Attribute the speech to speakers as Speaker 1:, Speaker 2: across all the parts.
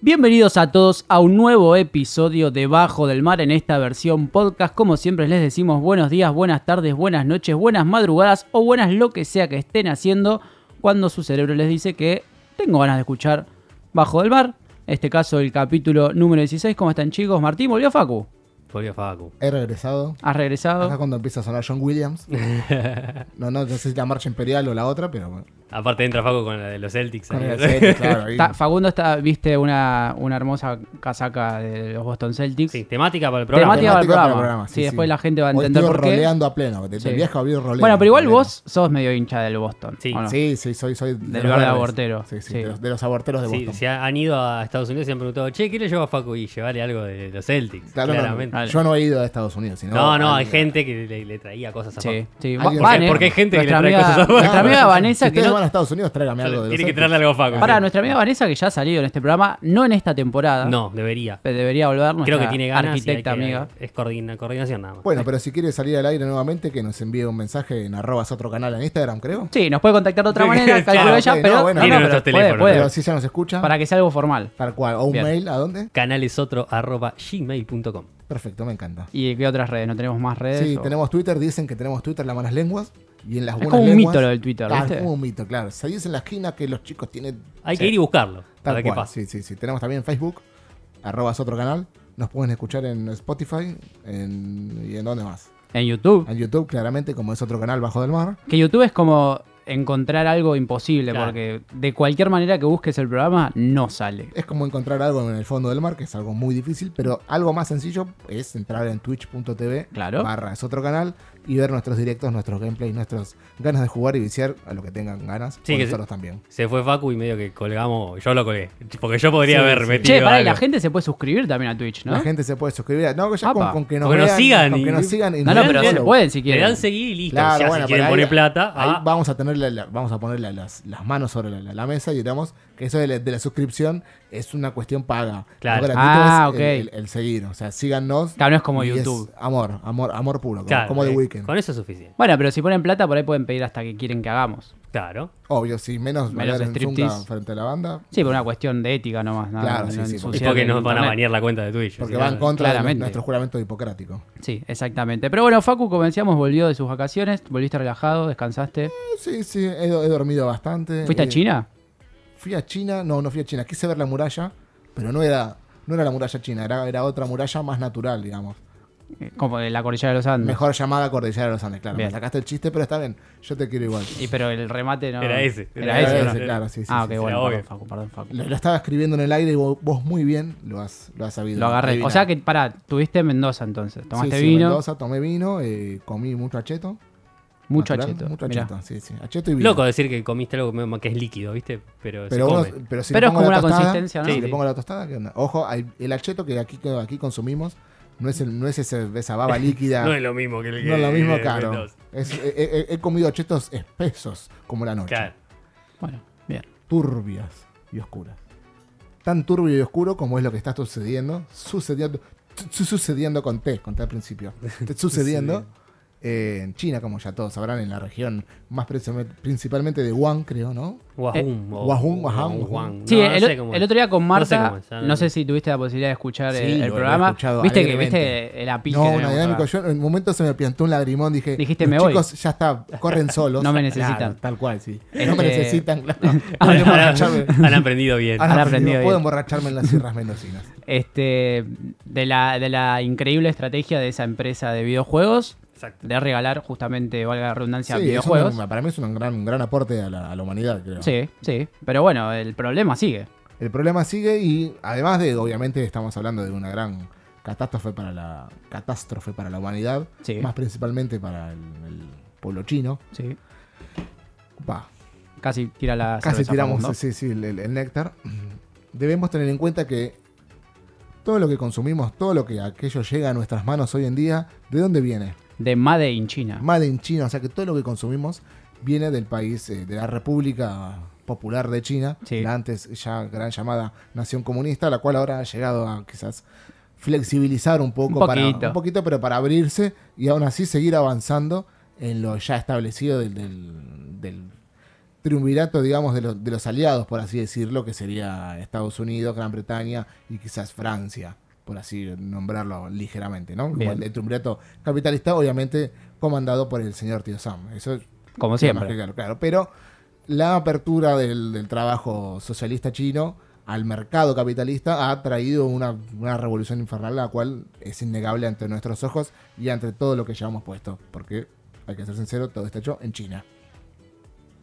Speaker 1: Bienvenidos a todos a un nuevo episodio de Bajo del Mar en esta versión podcast. Como siempre les decimos buenos días, buenas tardes, buenas noches, buenas madrugadas o buenas lo que sea que estén haciendo cuando su cerebro les dice que tengo ganas de escuchar Bajo del Mar. En este caso el capítulo número 16. ¿Cómo están chicos? Martín, volvió Facu.
Speaker 2: Volvió Facu.
Speaker 3: He regresado.
Speaker 1: ¿Has
Speaker 3: Acá
Speaker 1: regresado?
Speaker 3: cuando empieza a sonar John Williams. No, no, no sé si la marcha imperial o la otra, pero bueno.
Speaker 2: Aparte entra Facu con la de los Celtics. ¿eh?
Speaker 3: Con
Speaker 2: ahí.
Speaker 3: el aceite, claro, ahí.
Speaker 1: Está- Facundo está, viste una, una hermosa casaca de los Boston Celtics.
Speaker 2: Sí, temática para el programa.
Speaker 1: Temática para el
Speaker 3: para
Speaker 1: programa.
Speaker 3: el programa,
Speaker 1: sí,
Speaker 3: sí,
Speaker 1: después
Speaker 3: sí.
Speaker 1: la gente va a
Speaker 3: Hoy
Speaker 1: entender
Speaker 3: estuve
Speaker 1: por qué.
Speaker 3: roleando a pleno. Te,
Speaker 1: Sí.
Speaker 3: viajo a abrir roleo.
Speaker 1: Bueno, pero igual
Speaker 3: roleo.
Speaker 1: vos sos medio hincha del Boston.
Speaker 2: Sí.
Speaker 1: ¿o no?
Speaker 3: Sí, sí, soy, soy
Speaker 1: Del
Speaker 3: los
Speaker 1: lugar de
Speaker 3: verdes.
Speaker 1: abortero,
Speaker 3: Sí, sí,
Speaker 1: sí.
Speaker 3: De, los, de los aborteros de
Speaker 2: Sí,
Speaker 3: Boston.
Speaker 2: si ha- han ido a Estados Unidos y han preguntado, che, ¿qué le lleva a Facu? Y llevarle algo de los Celtics.
Speaker 3: Claro, Ah, no,
Speaker 2: claramente.
Speaker 1: Dale.
Speaker 3: yo no he ido a Estados Unidos. Sino
Speaker 2: No, no, hay
Speaker 3: al-
Speaker 2: gente que le, le traía cosas a Facu.
Speaker 1: Sí, sí.
Speaker 3: Alguien-
Speaker 1: Va-
Speaker 3: Porque-
Speaker 1: Vane,
Speaker 2: porque hay gente que le
Speaker 1: nuestra
Speaker 2: trae
Speaker 1: amiga-
Speaker 2: cosas a-
Speaker 1: Nuestra
Speaker 3: Claro,
Speaker 1: amiga
Speaker 3: si-
Speaker 1: Vanessa
Speaker 3: si
Speaker 1: que
Speaker 3: ustedes
Speaker 1: no-
Speaker 3: van a Estados Unidos, tráigame algo de los
Speaker 2: Tiene que
Speaker 3: Celtics.
Speaker 2: traerle algo a Facu.
Speaker 1: Para nuestra amiga Vanessa que ya ha salido en este programa, no en esta temporada.
Speaker 2: No, debería.
Speaker 1: pero Debería volver nuestra
Speaker 2: Creo que tiene ganas. y
Speaker 1: arquitecta
Speaker 2: hay que-
Speaker 1: amiga.
Speaker 2: Es coordina- coordinación nada más.
Speaker 3: Bueno, pero si quiere salir al aire nuevamente, que nos envíe un mensaje en arrobas otro canal en Instagram, creo.
Speaker 1: Sí, nos puede contactar de otra manera,
Speaker 2: Claro,
Speaker 1: calculo ella,
Speaker 3: ok, no,
Speaker 1: pero,
Speaker 3: bueno.
Speaker 2: Tiene
Speaker 1: pero
Speaker 2: nuestros
Speaker 1: puede,
Speaker 2: teléfonos,
Speaker 1: puede,
Speaker 3: Pero si ya nos escucha,
Speaker 1: para que sea algo formal.
Speaker 3: tal cual. O un
Speaker 1: Bien.
Speaker 3: mail, ¿a dónde?
Speaker 2: Canalesotro.gmail.com
Speaker 3: Perfecto, me encanta.
Speaker 1: ¿Y qué otras redes? ¿No tenemos más redes?
Speaker 3: Sí,
Speaker 1: o-
Speaker 3: tenemos Twitter, dicen que tenemos Twitter las malas lenguas. Y en las
Speaker 1: Es
Speaker 3: buenas
Speaker 1: como un
Speaker 3: lenguas-
Speaker 1: mito lo del Twitter,
Speaker 3: Claro,
Speaker 1: ¿viste?
Speaker 3: es como un mito, claro. Se dice en la esquina que los chicos tienen.
Speaker 2: Hay que ir y buscarlo. para
Speaker 3: Tal
Speaker 2: que
Speaker 3: cual.
Speaker 2: pase.
Speaker 3: Sí, sí, sí. Tenemos también Facebook, arrobas otro canal. Nos pueden escuchar en Spotify en, y en dónde más.
Speaker 1: En YouTube.
Speaker 3: En YouTube, claramente, como es otro canal bajo del mar.
Speaker 1: Que YouTube es como encontrar algo imposible,
Speaker 2: Claro.
Speaker 1: porque de cualquier manera que busques el programa, no sale.
Speaker 3: Es como encontrar algo en el fondo del mar, que es algo muy difícil, pero algo más sencillo es entrar en twitch.tv
Speaker 1: Claro.
Speaker 3: barra es otro canal y ver nuestros directos, nuestros gameplays, nuestras ganas de jugar y viciar a lo que tengan ganas.
Speaker 2: Sí,
Speaker 3: o
Speaker 2: que-
Speaker 3: nosotros también.
Speaker 2: Se fue Facu y medio que colgamos. Yo lo colgué. Porque yo podría
Speaker 3: Sí,
Speaker 2: haber
Speaker 3: sí.
Speaker 2: metido.
Speaker 1: Che, pará, y la
Speaker 2: algo.
Speaker 1: gente se puede suscribir también a Twitch, ¿no?
Speaker 3: La gente se puede suscribir. No, ya
Speaker 1: Apa.
Speaker 3: con, con que nos,
Speaker 2: Porque nos
Speaker 3: vean,
Speaker 2: sigan
Speaker 3: con
Speaker 2: y-
Speaker 3: que nos sigan. y
Speaker 1: No,
Speaker 3: nos
Speaker 1: no,
Speaker 3: den
Speaker 1: pero se
Speaker 3: follow.
Speaker 1: puede si
Speaker 2: Le
Speaker 1: quieren.
Speaker 2: dan seguir y listo.
Speaker 3: Claro,
Speaker 2: o sea, si
Speaker 3: bueno,
Speaker 2: quieren
Speaker 3: pero ahí-
Speaker 2: poner plata.
Speaker 3: Ahí
Speaker 2: ah,
Speaker 3: vamos a tener la- la- vamos a poner la- las, las manos sobre la, la- la mesa y digamos que eso de la, de la suscripción es una cuestión paga.
Speaker 2: Claro.
Speaker 3: Lo gratuito
Speaker 1: Ah,
Speaker 3: es
Speaker 1: ok.
Speaker 3: el, el- el seguir. O sea, síganos.
Speaker 1: Claro, no es como
Speaker 3: y
Speaker 1: YouTube.
Speaker 3: amor, amor, amor puro, como,
Speaker 2: claro,
Speaker 3: como The
Speaker 2: eh,
Speaker 3: Weeknd.
Speaker 2: Con eso es suficiente.
Speaker 1: Bueno, pero si ponen plata, por ahí pueden pedir hasta que quieren que hagamos.
Speaker 2: Claro.
Speaker 3: Obvio, sí, menos,
Speaker 1: Menos
Speaker 3: bailar en zunga
Speaker 1: striptease.
Speaker 3: frente a la banda.
Speaker 1: Sí, por una cuestión de ética nomás. nada,
Speaker 3: Claro,
Speaker 1: no
Speaker 3: sí, sí,
Speaker 2: Y
Speaker 1: ensuciar
Speaker 2: porque
Speaker 1: el
Speaker 2: nos van a
Speaker 1: internet.
Speaker 2: bañar la cuenta de Twitch.
Speaker 3: Porque
Speaker 2: así
Speaker 3: va
Speaker 2: que
Speaker 3: en contra de
Speaker 1: claramente.
Speaker 3: nuestro juramento hipocrático.
Speaker 1: Sí, exactamente. Pero bueno, Facu, como decíamos, volvió de sus vacaciones, volviste relajado, descansaste.
Speaker 3: Eh, Sí, sí, he, do- he dormido bastante.
Speaker 1: ¿Fuiste a
Speaker 3: Eh,
Speaker 1: China?
Speaker 3: Fui a China, no, no fui a China. Quise ver la muralla, pero no era, no era la muralla china, era, era otra muralla más natural, digamos.
Speaker 1: Eh, Como de la cordillera de los Andes.
Speaker 3: Mejor llamada Cordillera de los Andes, claro.
Speaker 1: Mm. Bien.
Speaker 3: Me sacaste el chiste, pero está bien. Yo te quiero igual.
Speaker 1: Y pero el remate no.
Speaker 2: Era ese,
Speaker 1: Era,
Speaker 2: era
Speaker 1: ese,
Speaker 2: ese,
Speaker 1: ¿no?
Speaker 2: ese,
Speaker 3: claro, sí, sí,
Speaker 1: Ah,
Speaker 3: sí,
Speaker 1: ok,
Speaker 3: sí.
Speaker 1: bueno,
Speaker 2: Era
Speaker 1: perdón,
Speaker 2: obvio.
Speaker 1: Facu, perdón, Facu.
Speaker 3: Lo, lo estaba escribiendo en el aire y vos, vos muy bien lo has, lo has sabido.
Speaker 1: Lo agarré. O
Speaker 3: adivinar.
Speaker 1: sea que, pará, tuviste en Mendoza entonces. Tomaste
Speaker 3: Sí, sí,
Speaker 1: vino,
Speaker 3: Mendoza, tomé vino, eh, comí mucho acheto.
Speaker 1: mucho
Speaker 3: natural,
Speaker 1: acheto.
Speaker 3: Mucho
Speaker 1: mirá.
Speaker 3: acheto, sí, sí. Acheto y vino.
Speaker 2: Loco decir que comiste algo medio que es líquido, ¿viste? Pero,
Speaker 3: Pero,
Speaker 2: se
Speaker 3: uno-
Speaker 2: come.
Speaker 3: pero si
Speaker 1: Pero
Speaker 3: le
Speaker 1: es
Speaker 3: pongo
Speaker 1: como
Speaker 3: la
Speaker 1: una
Speaker 3: tostada,
Speaker 1: consistencia, ¿no?
Speaker 3: si
Speaker 2: Sí,
Speaker 3: le
Speaker 2: sí.
Speaker 3: pongo la tostada, ¿qué onda? Ojo, hay- el acheto que aquí, que aquí consumimos no es, el, no es ese- esa baba líquida.
Speaker 2: No es lo mismo que el que
Speaker 3: no es lo mismo,
Speaker 2: que-
Speaker 3: claro.
Speaker 2: Mendoza.
Speaker 3: Es- he, he- he comido achetos espesos como la noche.
Speaker 2: Claro.
Speaker 1: Bueno, bien.
Speaker 3: turbias y oscuras. Tan turbio y oscuro como es lo que está sucediendo, sucediendo, su- sucediendo con T, con T al principio, sucediendo eh, en China, como ya todos sabrán, en la región más precisamente- principalmente de Wuhan, creo, ¿no?
Speaker 2: Guajum. o-
Speaker 3: Eh, Guajum,
Speaker 2: Guajum,
Speaker 3: Guajam, Guajum.
Speaker 2: Guajum.
Speaker 1: Sí,
Speaker 2: No, no
Speaker 1: el,
Speaker 2: sé cómo
Speaker 1: el
Speaker 2: es.
Speaker 1: otro día con
Speaker 2: No sé
Speaker 1: Marta, no
Speaker 2: cómo
Speaker 1: sé,
Speaker 2: es, ah,
Speaker 1: si tuviste la posibilidad de escuchar eh,
Speaker 3: Sí,
Speaker 1: el-
Speaker 3: lo-
Speaker 1: el,
Speaker 3: lo he
Speaker 1: programa.
Speaker 3: escuchado
Speaker 1: Viste que
Speaker 3: alegremente.
Speaker 1: viste la pica
Speaker 3: No,
Speaker 1: que
Speaker 3: una
Speaker 1: tenemos
Speaker 3: dinámica.
Speaker 1: acá.
Speaker 3: Yo en un momento se me piantó un lagrimón, dije,
Speaker 1: Dijiste,
Speaker 3: "Los
Speaker 1: "Me voy".
Speaker 3: chicos ya está, corren solos.
Speaker 1: No me necesitan.
Speaker 3: Claro, tal cual, sí. No
Speaker 1: Este-
Speaker 3: me necesitan, claro.
Speaker 2: Han,
Speaker 3: Puedo emborracharme.
Speaker 2: han aprendido bien.
Speaker 1: Ah,
Speaker 3: Ah, no,
Speaker 1: aprendido
Speaker 3: Puedo
Speaker 1: bien.
Speaker 3: emborracharme en las sierras mendocinas.
Speaker 1: Este, de, la, de la increíble estrategia de esa empresa de videojuegos
Speaker 2: Exacto.
Speaker 1: de regalar justamente, valga la redundancia,
Speaker 3: Sí, es
Speaker 1: videojuegos.
Speaker 3: una- para mí es un gran, un gran aporte a la, a la humanidad, creo.
Speaker 1: Sí, sí. Pero bueno, el problema sigue.
Speaker 3: El problema sigue y además de, obviamente, estamos hablando de una gran catástrofe para la, catástrofe para la humanidad,
Speaker 1: Sí.
Speaker 3: más principalmente para el, el pueblo chino.
Speaker 1: Sí.
Speaker 3: Pa,
Speaker 1: Casi tira la
Speaker 3: casi
Speaker 1: cerveza,
Speaker 3: tiramos
Speaker 1: Facundo.
Speaker 3: sí, sí, el, el- el néctar. Debemos tener en cuenta que todo lo que consumimos, todo lo que aquello llega a nuestras manos hoy en día, ¿de dónde viene?
Speaker 1: De Made in China.
Speaker 3: Made in China, o sea que todo lo que consumimos viene del país, eh, de la República Popular de China,
Speaker 1: Sí.
Speaker 3: la antes ya gran llamada Nación Comunista, la cual ahora ha llegado a quizás flexibilizar un poco,
Speaker 1: Un
Speaker 3: para,
Speaker 1: poquito.
Speaker 3: un poquito pero para abrirse y aún así seguir avanzando en lo ya establecido del, del, del- triunvirato, digamos, de, los- de los aliados, por así decirlo, que sería Estados Unidos, Gran Bretaña y quizás Francia, por así nombrarlo ligeramente, ¿no? Como
Speaker 1: Bien.
Speaker 3: el, el triunvirato capitalista, obviamente comandado por el señor Tío Sam. Eso es
Speaker 1: Como
Speaker 3: más que
Speaker 1: siempre.
Speaker 3: claro, claro. Pero la apertura del, del trabajo socialista chino al mercado capitalista ha traído una, una revolución infernal, la cual es innegable ante nuestros ojos y ante todo lo que llevamos puesto. Porque, hay que ser sincero, todo está hecho en China.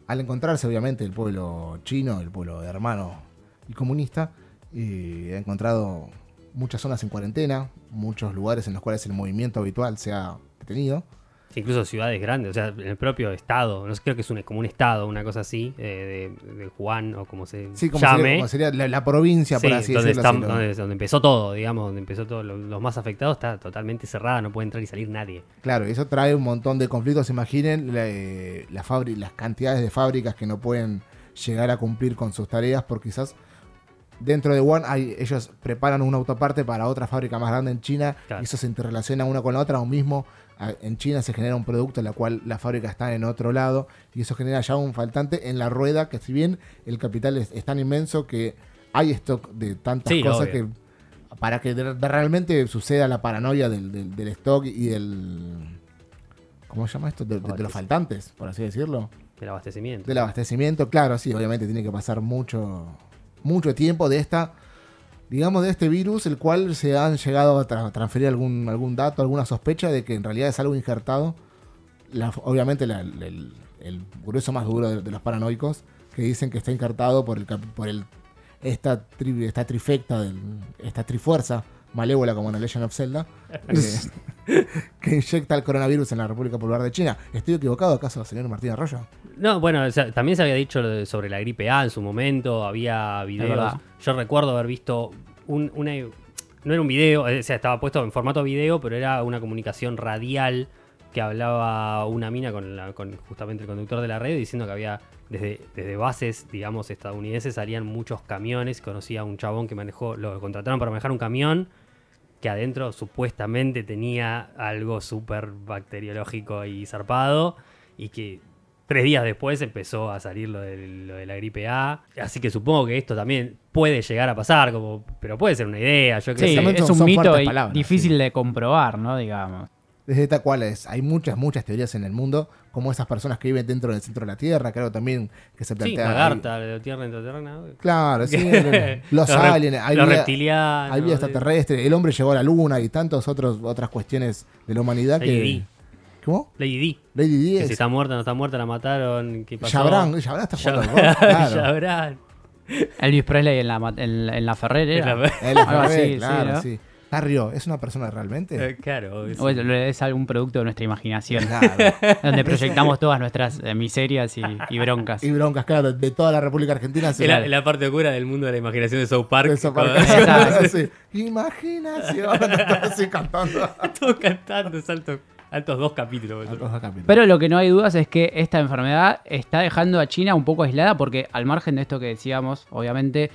Speaker 3: Al encontrarse, obviamente, el pueblo chino, el pueblo hermano y comunista, y ha encontrado muchas zonas en cuarentena, muchos lugares en los cuales el movimiento habitual se ha detenido.
Speaker 2: Sí, Incluso ciudades grandes, o sea, en el propio estado. No sé, creo que es un, como un estado, una cosa así, eh, de, de Juan o como se
Speaker 3: Sí, como sería,
Speaker 2: llame.
Speaker 3: como sería la, la provincia, por
Speaker 2: Sí,
Speaker 3: así
Speaker 2: donde,
Speaker 3: decirlo.
Speaker 2: están-
Speaker 3: sí, lo-
Speaker 2: donde, donde empezó todo, digamos, donde empezó todo. Lo- los más afectados está totalmente cerrada, no puede entrar y salir nadie.
Speaker 3: Claro, y eso trae un montón de conflictos. Imaginen la, eh, la fabri- las cantidades de fábricas que no pueden llegar a cumplir con sus tareas por quizás dentro de One hay, ellos preparan una autoparte para otra fábrica más grande en China
Speaker 2: Claro.
Speaker 3: y eso se interrelaciona una con la otra o mismo a- en China se genera un producto en la cual la fábrica está en otro lado y eso genera ya un faltante en la rueda que si bien el capital es, es tan inmenso que hay stock de tantas
Speaker 2: Sí,
Speaker 3: cosas
Speaker 2: obvio.
Speaker 3: que para que de- de- realmente suceda la paranoia del, del- del stock y del... ¿Cómo se llama esto? De, de- de los faltantes, por así decirlo.
Speaker 2: El abastecimiento.
Speaker 3: Del abastecimiento, claro, sí, obviamente tiene que pasar mucho, mucho tiempo de esta, digamos, de este virus, el cual se han llegado a tra- transferir algún, algún dato, alguna sospecha de que en realidad es algo injertado. La- obviamente la- el, el- el grueso más duro de, de los paranoicos, que dicen que está injertado por el cap- por el esta, tri- esta trifecta, del- esta trifuerza malévola como en The Legend of Zelda, eh, que inyecta el coronavirus en la República Popular de China. ¿Estoy equivocado acaso, señor Martín Arroyo?
Speaker 2: No, bueno, o sea, también se había dicho lo de- sobre la gripe A en su momento, había videos.
Speaker 1: verdad.
Speaker 2: Yo recuerdo haber visto un, una. No era un video, eh, o sea, estaba puesto en formato video, pero era una comunicación radial que hablaba una mina con, la- con justamente el conductor de la radio diciendo que había, desde, desde bases, digamos, estadounidenses salían muchos camiones. Conocía a un chabón que manejó, lo contrataron para manejar un camión que adentro supuestamente tenía algo súper bacteriológico y zarpado y que tres días después empezó a salir lo de, lo de la gripe A. Así que supongo que esto también puede llegar a pasar, como, pero puede ser una idea. Yo qué
Speaker 1: Sí,
Speaker 2: sé.
Speaker 3: Exactamente,
Speaker 1: es
Speaker 3: son-
Speaker 1: un
Speaker 3: son
Speaker 1: mito
Speaker 3: fuertes
Speaker 1: y
Speaker 3: palabras,
Speaker 1: difícil
Speaker 3: sí.
Speaker 1: de comprobar, ¿no? Digamos.
Speaker 3: Desde esta cual es, hay muchas, muchas teorías en el mundo, como esas personas que viven dentro del centro de la Tierra, claro, también que se
Speaker 2: Sí,
Speaker 3: plantean.
Speaker 2: lagarta, la tierra intraterrena.
Speaker 3: Claro, sí, el- los
Speaker 2: rep-
Speaker 3: aliens, hay
Speaker 2: los
Speaker 3: vida,
Speaker 2: reptilianos. eh,
Speaker 3: hay vida extraterrestre, el hombre llegó a la luna y tantas otras cuestiones de la humanidad que.
Speaker 2: Lady D.
Speaker 3: ¿Cómo?
Speaker 2: Lady Di.
Speaker 3: Lady D
Speaker 2: Que si
Speaker 3: es.
Speaker 2: está muerta, no está muerta, la mataron. ¿Qué pasó?
Speaker 3: Yabrán, Yabrán está jugando al golf, claro.
Speaker 2: Yabrán.
Speaker 1: Elvis Presley en la, ma- en, la- en la Ferrer era.
Speaker 2: La-
Speaker 3: Él es
Speaker 1: Algo
Speaker 2: Ah,
Speaker 1: así,
Speaker 3: Ferrer,
Speaker 1: sí,
Speaker 3: claro,
Speaker 1: ¿no?
Speaker 3: sí. Carrio, ¿es una persona realmente?
Speaker 2: Eh, Claro. es-
Speaker 1: O es, es algún producto de nuestra imaginación,
Speaker 3: Claro.
Speaker 1: donde proyectamos todas nuestras eh, miserias y, y broncas.
Speaker 3: Y broncas, claro, de toda la República Argentina. se
Speaker 2: Es la,
Speaker 3: la-
Speaker 2: es la parte oscura del mundo de la imaginación de South Park.
Speaker 3: Eso,
Speaker 2: Cuando-
Speaker 1: Exacto.
Speaker 3: sí. Imaginación. Así cantando.
Speaker 2: Todos cantando, es alto- altos dos capítulos. boludo.
Speaker 1: Pero lo que no hay dudas es que esta enfermedad está dejando a China un poco aislada porque al margen de esto que decíamos, obviamente,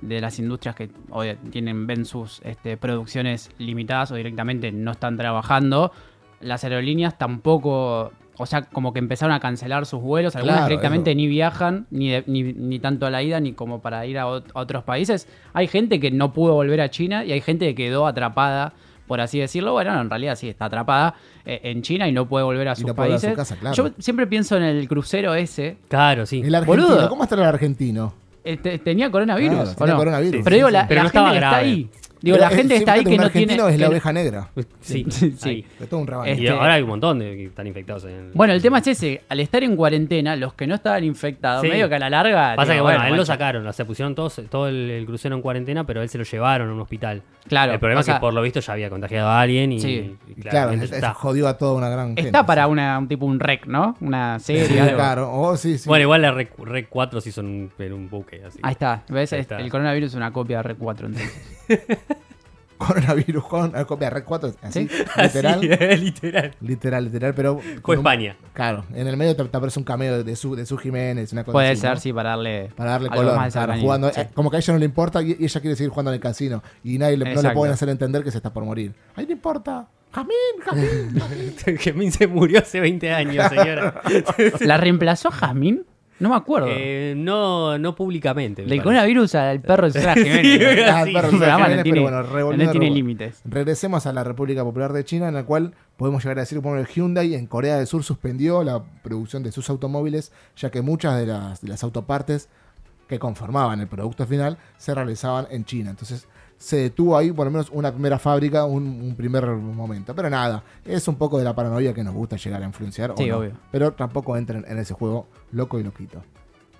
Speaker 1: de las industrias que obvia- tienen, ven sus este, producciones limitadas o directamente no están trabajando, las aerolíneas tampoco, o sea, como que empezaron a cancelar sus vuelos, algunas
Speaker 3: Claro,
Speaker 1: directamente
Speaker 3: eso.
Speaker 1: ni viajan, ni, de- ni, ni tanto a la ida, ni como para ir a, ot- a otros países. Hay gente que no pudo volver a China y hay gente que quedó atrapada. Por así decirlo, bueno, no, en realidad sí está atrapada eh, en China y no puede volver a
Speaker 3: Y
Speaker 1: sus
Speaker 3: no puede volver a
Speaker 1: países.
Speaker 3: su casa, claro.
Speaker 1: Yo siempre pienso en el crucero ese.
Speaker 2: Claro, sí.
Speaker 3: El argentino,
Speaker 1: Boludo.
Speaker 3: ¿cómo está el argentino?
Speaker 1: Eh, te- tenía coronavirus.
Speaker 3: Claro,
Speaker 1: ¿o
Speaker 3: tenía
Speaker 1: no?
Speaker 3: coronavirus,
Speaker 1: Pero
Speaker 3: sí,
Speaker 1: digo,
Speaker 3: sí.
Speaker 1: la,
Speaker 2: Pero
Speaker 1: la
Speaker 2: no
Speaker 1: gente
Speaker 2: estaba
Speaker 1: que está
Speaker 2: grave.
Speaker 1: ahí. Digo, la
Speaker 3: Pero, eh,
Speaker 1: gente que está ahí
Speaker 3: siempre
Speaker 1: que
Speaker 3: un
Speaker 1: no tiene.
Speaker 3: argentino es la
Speaker 1: que no-
Speaker 3: oveja negra.
Speaker 2: Pues, Sí,
Speaker 1: Sí, sí.
Speaker 2: ahí.
Speaker 3: De todo un rabaño.
Speaker 1: Este-
Speaker 2: Y ahora hay un montón de que están infectados. en-
Speaker 1: Bueno, el tema es ese. Al estar en cuarentena, los que no estaban infectados,
Speaker 2: Sí.
Speaker 1: medio que a la larga.
Speaker 2: Pasa
Speaker 1: digo,
Speaker 2: que, bueno, a él lo
Speaker 1: macho.
Speaker 2: sacaron, o sea, pusieron todos, todo el, el crucero en cuarentena, pero a él se lo llevaron a un hospital.
Speaker 1: Claro,
Speaker 2: El problema
Speaker 1: o
Speaker 2: es
Speaker 1: sea-
Speaker 2: que por lo visto ya había contagiado a alguien y,
Speaker 1: Sí.
Speaker 2: y
Speaker 3: Y claro,
Speaker 2: claramente
Speaker 3: eso
Speaker 2: está.
Speaker 3: jodió a toda una gran gente.
Speaker 1: Está para una, un tipo, un rec, ¿no? Una serie.
Speaker 3: Sí,
Speaker 1: algo.
Speaker 3: claro. Oh, sí, sí.
Speaker 2: Bueno, igual la Rec, Rec 4 sí son un, en un buque así.
Speaker 1: Ahí está. ¿Ves?
Speaker 2: Ahí está.
Speaker 1: El coronavirus es una copia de Rec 4. entonces.
Speaker 3: Coronavirus con ah, copia Red 4. Así, literal.
Speaker 2: Así, literal.
Speaker 3: Literal, literal, pero.
Speaker 2: Con España.
Speaker 3: Claro, en el medio te, te aparece un cameo de su, de su Jiménez, una cosa
Speaker 1: Puede
Speaker 3: así,
Speaker 1: ser,
Speaker 3: ¿no?
Speaker 1: sí, para darle.
Speaker 3: Para darle
Speaker 1: algo
Speaker 3: color.
Speaker 1: más
Speaker 3: claro,
Speaker 1: desagradable.
Speaker 3: jugando,
Speaker 1: Sí.
Speaker 3: eh, como que a ella no le importa y y ella quiere seguir jugando en el casino. Y nadie le, no le
Speaker 1: Exacto.
Speaker 3: pueden hacer entender que se está por morir. Ahí no importa. Jamín, Jamín.
Speaker 2: Gemín se murió hace 20 años, señora.
Speaker 1: ¿La reemplazó Jamín? No me acuerdo.
Speaker 2: Eh, no, no públicamente. me
Speaker 1: Del
Speaker 2: parece.
Speaker 1: coronavirus al perro de Sara Jiménez.
Speaker 2: Sí.
Speaker 3: Ah, el perro de Sara
Speaker 1: Programa, no
Speaker 3: Jiménez,
Speaker 1: tiene-
Speaker 3: pero bueno,
Speaker 1: no
Speaker 3: revolviendo
Speaker 1: tiene
Speaker 3: el robot.
Speaker 1: límites.
Speaker 3: Regresemos a la República Popular de China, en la cual podemos llegar a decir, por ejemplo, Hyundai en Corea del Sur suspendió la producción de sus automóviles, ya que muchas de las, de las autopartes que conformaban el producto final se realizaban en China. Entonces se detuvo ahí por lo menos una primera fábrica, un, un primer momento. Pero nada, es un poco de la paranoia que nos gusta llegar a influenciar. o
Speaker 1: Sí,
Speaker 3: no.
Speaker 1: obvio.
Speaker 3: Pero tampoco entren en ese juego loco y loquito.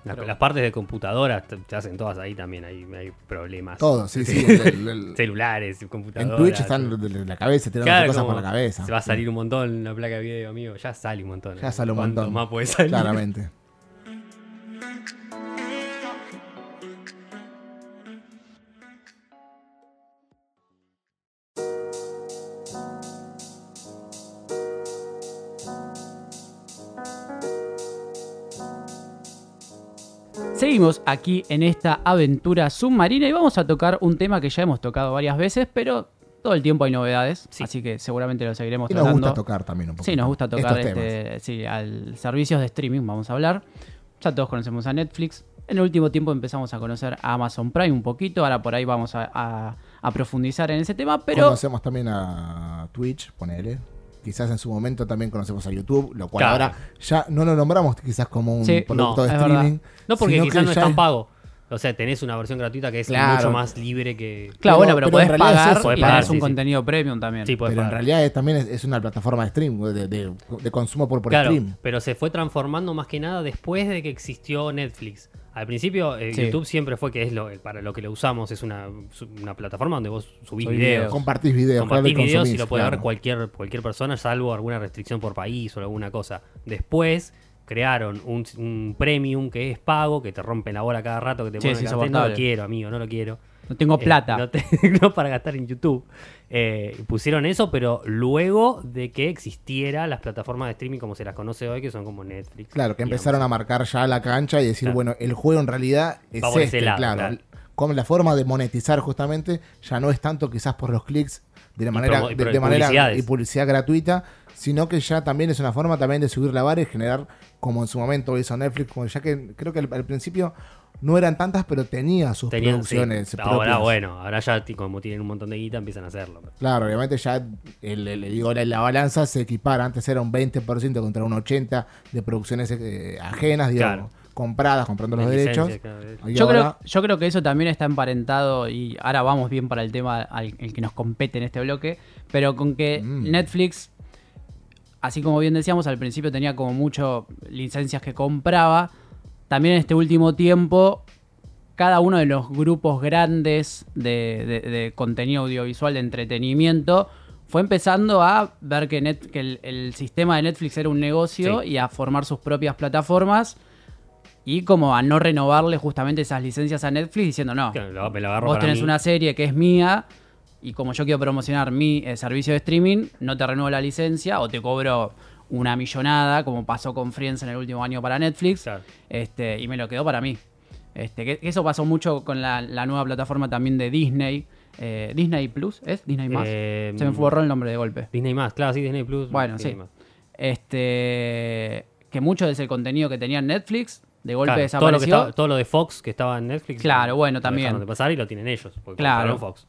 Speaker 2: Las, las partes de computadoras te, te hacen todas ahí también, hay, hay problemas.
Speaker 3: Todo, sí, sí. el- el- el-
Speaker 2: Celulares,
Speaker 3: en
Speaker 2: computadoras.
Speaker 3: Twitch están de- de la cabeza, tirando
Speaker 2: Claro,
Speaker 3: cosas
Speaker 2: como
Speaker 3: por la cabeza.
Speaker 2: Se va a salir un montón la placa de video, amigo. Ya sale un montón.
Speaker 3: Ya sale un
Speaker 2: ¿Cuánto
Speaker 3: montón.
Speaker 2: más puede salir?
Speaker 3: Claramente.
Speaker 1: Seguimos aquí en esta aventura submarina y vamos a tocar un tema que ya hemos tocado varias veces, pero todo el tiempo hay novedades,
Speaker 2: Sí.
Speaker 1: así que seguramente lo seguiremos
Speaker 3: Y nos
Speaker 1: tratando.
Speaker 3: gusta tocar también un poco.
Speaker 1: Sí, nos gusta tocar
Speaker 3: estos temas.
Speaker 1: este, sí, al servicios de streaming, vamos a hablar. Ya todos conocemos a Netflix. En el último tiempo empezamos a conocer a Amazon Prime un poquito, ahora por ahí vamos a, a- a profundizar en ese tema, pero
Speaker 3: Conocemos también a Twitch, ponele. Quizás en su momento también conocemos a YouTube, lo cual
Speaker 2: Claro.
Speaker 3: ahora ya no lo nombramos quizás como un
Speaker 1: Sí,
Speaker 3: producto
Speaker 2: no,
Speaker 3: de
Speaker 1: es
Speaker 3: streaming.
Speaker 2: No, porque
Speaker 3: sino
Speaker 2: quizás
Speaker 3: que
Speaker 2: no es
Speaker 3: ya
Speaker 2: tan
Speaker 3: es-
Speaker 2: pago. O sea, tenés una versión gratuita que es
Speaker 3: Claro.
Speaker 2: mucho más libre que.
Speaker 1: claro,
Speaker 3: pero-
Speaker 1: bueno, pero,
Speaker 3: pero en
Speaker 1: podés
Speaker 3: realidad es
Speaker 1: pagar
Speaker 3: eso.
Speaker 1: y
Speaker 2: Podés
Speaker 1: tenés
Speaker 2: pagar,
Speaker 1: un
Speaker 2: sí, sí.
Speaker 1: contenido premium también.
Speaker 2: Sí, podés
Speaker 3: Pero en
Speaker 2: pagar.
Speaker 3: realidad es- también es, es una plataforma de stream, de, de- de consumo por, por
Speaker 2: claro,
Speaker 3: stream.
Speaker 2: pero se fue transformando más que nada después de que existió Netflix. Al principio, eh,
Speaker 1: Sí.
Speaker 2: YouTube siempre fue que es lo, eh, para lo que lo usamos, es una, su- una plataforma donde vos subís
Speaker 1: Subís
Speaker 2: videos.
Speaker 1: videos.
Speaker 3: Compartís videos,
Speaker 2: Compartís
Speaker 3: claro, y
Speaker 2: videos y
Speaker 3: consumís,
Speaker 2: lo puede ver
Speaker 3: claro.
Speaker 2: cualquier, cualquier persona, salvo alguna restricción por país o alguna cosa. Después crearon un, un premium que es pago, que te rompen la bola cada rato, que te
Speaker 1: Sí,
Speaker 2: ponen
Speaker 1: sí,
Speaker 2: la
Speaker 1: es
Speaker 2: cartel, No lo
Speaker 1: abortable.
Speaker 2: quiero, amigo, no lo quiero.
Speaker 1: No tengo
Speaker 2: Eh,
Speaker 1: plata.
Speaker 2: no, te- no para gastar en YouTube. Eh, pusieron eso, pero luego de que existiera las plataformas de streaming como se las conoce hoy, que son como Netflix.
Speaker 3: Claro, que
Speaker 2: digamos.
Speaker 3: empezaron a marcar ya la cancha y decir,
Speaker 2: Claro.
Speaker 3: bueno, el juego en realidad es
Speaker 2: Va por ese
Speaker 3: este,
Speaker 2: lado,
Speaker 3: claro.
Speaker 2: claro.
Speaker 3: Como la forma de monetizar justamente ya no es tanto quizás por los clics de la manera
Speaker 2: promo- y
Speaker 3: de,
Speaker 2: pro-
Speaker 3: de manera
Speaker 2: publicidades.
Speaker 3: y publicidad gratuita, sino que ya también es una forma también de subir la vara y generar como en su momento hizo Netflix, como ya que creo que al, al principio no eran tantas, pero tenía sus
Speaker 2: Tenían-
Speaker 3: producciones
Speaker 2: sí.
Speaker 3: propias.
Speaker 2: Ahora, bueno, ahora ya ti- como tienen un montón de guita empiezan a hacerlo.
Speaker 3: Claro, obviamente ya el- el- digo, la, la balanza se equipara. Antes era un 20% contra un 80% de producciones eh, ajenas,
Speaker 2: Claro.
Speaker 3: digamos, compradas, comprando los
Speaker 2: En licencia,
Speaker 3: derechos.
Speaker 2: claro, es-
Speaker 3: Y
Speaker 1: Yo creo,
Speaker 3: ahora-
Speaker 1: yo creo que eso también está emparentado y ahora vamos bien para el tema al el que nos compete en este bloque, pero con que
Speaker 3: Mm.
Speaker 1: Netflix, así como bien decíamos, al principio tenía como mucho licencias que compraba, también en este último tiempo cada uno de los grupos grandes de, de- de contenido audiovisual, de entretenimiento, fue empezando a ver que, Net- que el, el sistema de Netflix era un negocio
Speaker 2: Sí.
Speaker 1: y a formar sus propias plataformas y como a no renovarle justamente esas licencias a Netflix diciendo no,
Speaker 2: Claro, lo- me lo agarro
Speaker 1: vos
Speaker 2: para
Speaker 1: tenés
Speaker 2: mí.
Speaker 1: una serie que es mía y como yo quiero promocionar mi eh, servicio de streaming, no te renuevo la licencia o te cobro una millonada como pasó con Friends en el último año para Netflix
Speaker 2: Claro.
Speaker 1: este, y me lo quedó para mí. Este, que, que eso pasó mucho con la, la nueva plataforma también de Disney. eh, Disney Plus, ¿es? Disney Más.
Speaker 2: Eh,
Speaker 1: Se me borró el nombre de golpe.
Speaker 2: Disney más, claro, sí, Disney Plus.
Speaker 1: Bueno,
Speaker 2: Disney
Speaker 1: sí.
Speaker 2: más.
Speaker 1: Este, que mucho de ese contenido que tenía Netflix, de golpe
Speaker 2: Claro, todo, lo que
Speaker 1: desapareció.
Speaker 2: estaba- todo lo de Fox que estaba en Netflix.
Speaker 1: Claro, bueno,
Speaker 2: lo
Speaker 1: también.
Speaker 2: dejaron de pasar y lo tienen ellos. Porque
Speaker 1: Claro.
Speaker 2: compraron Fox.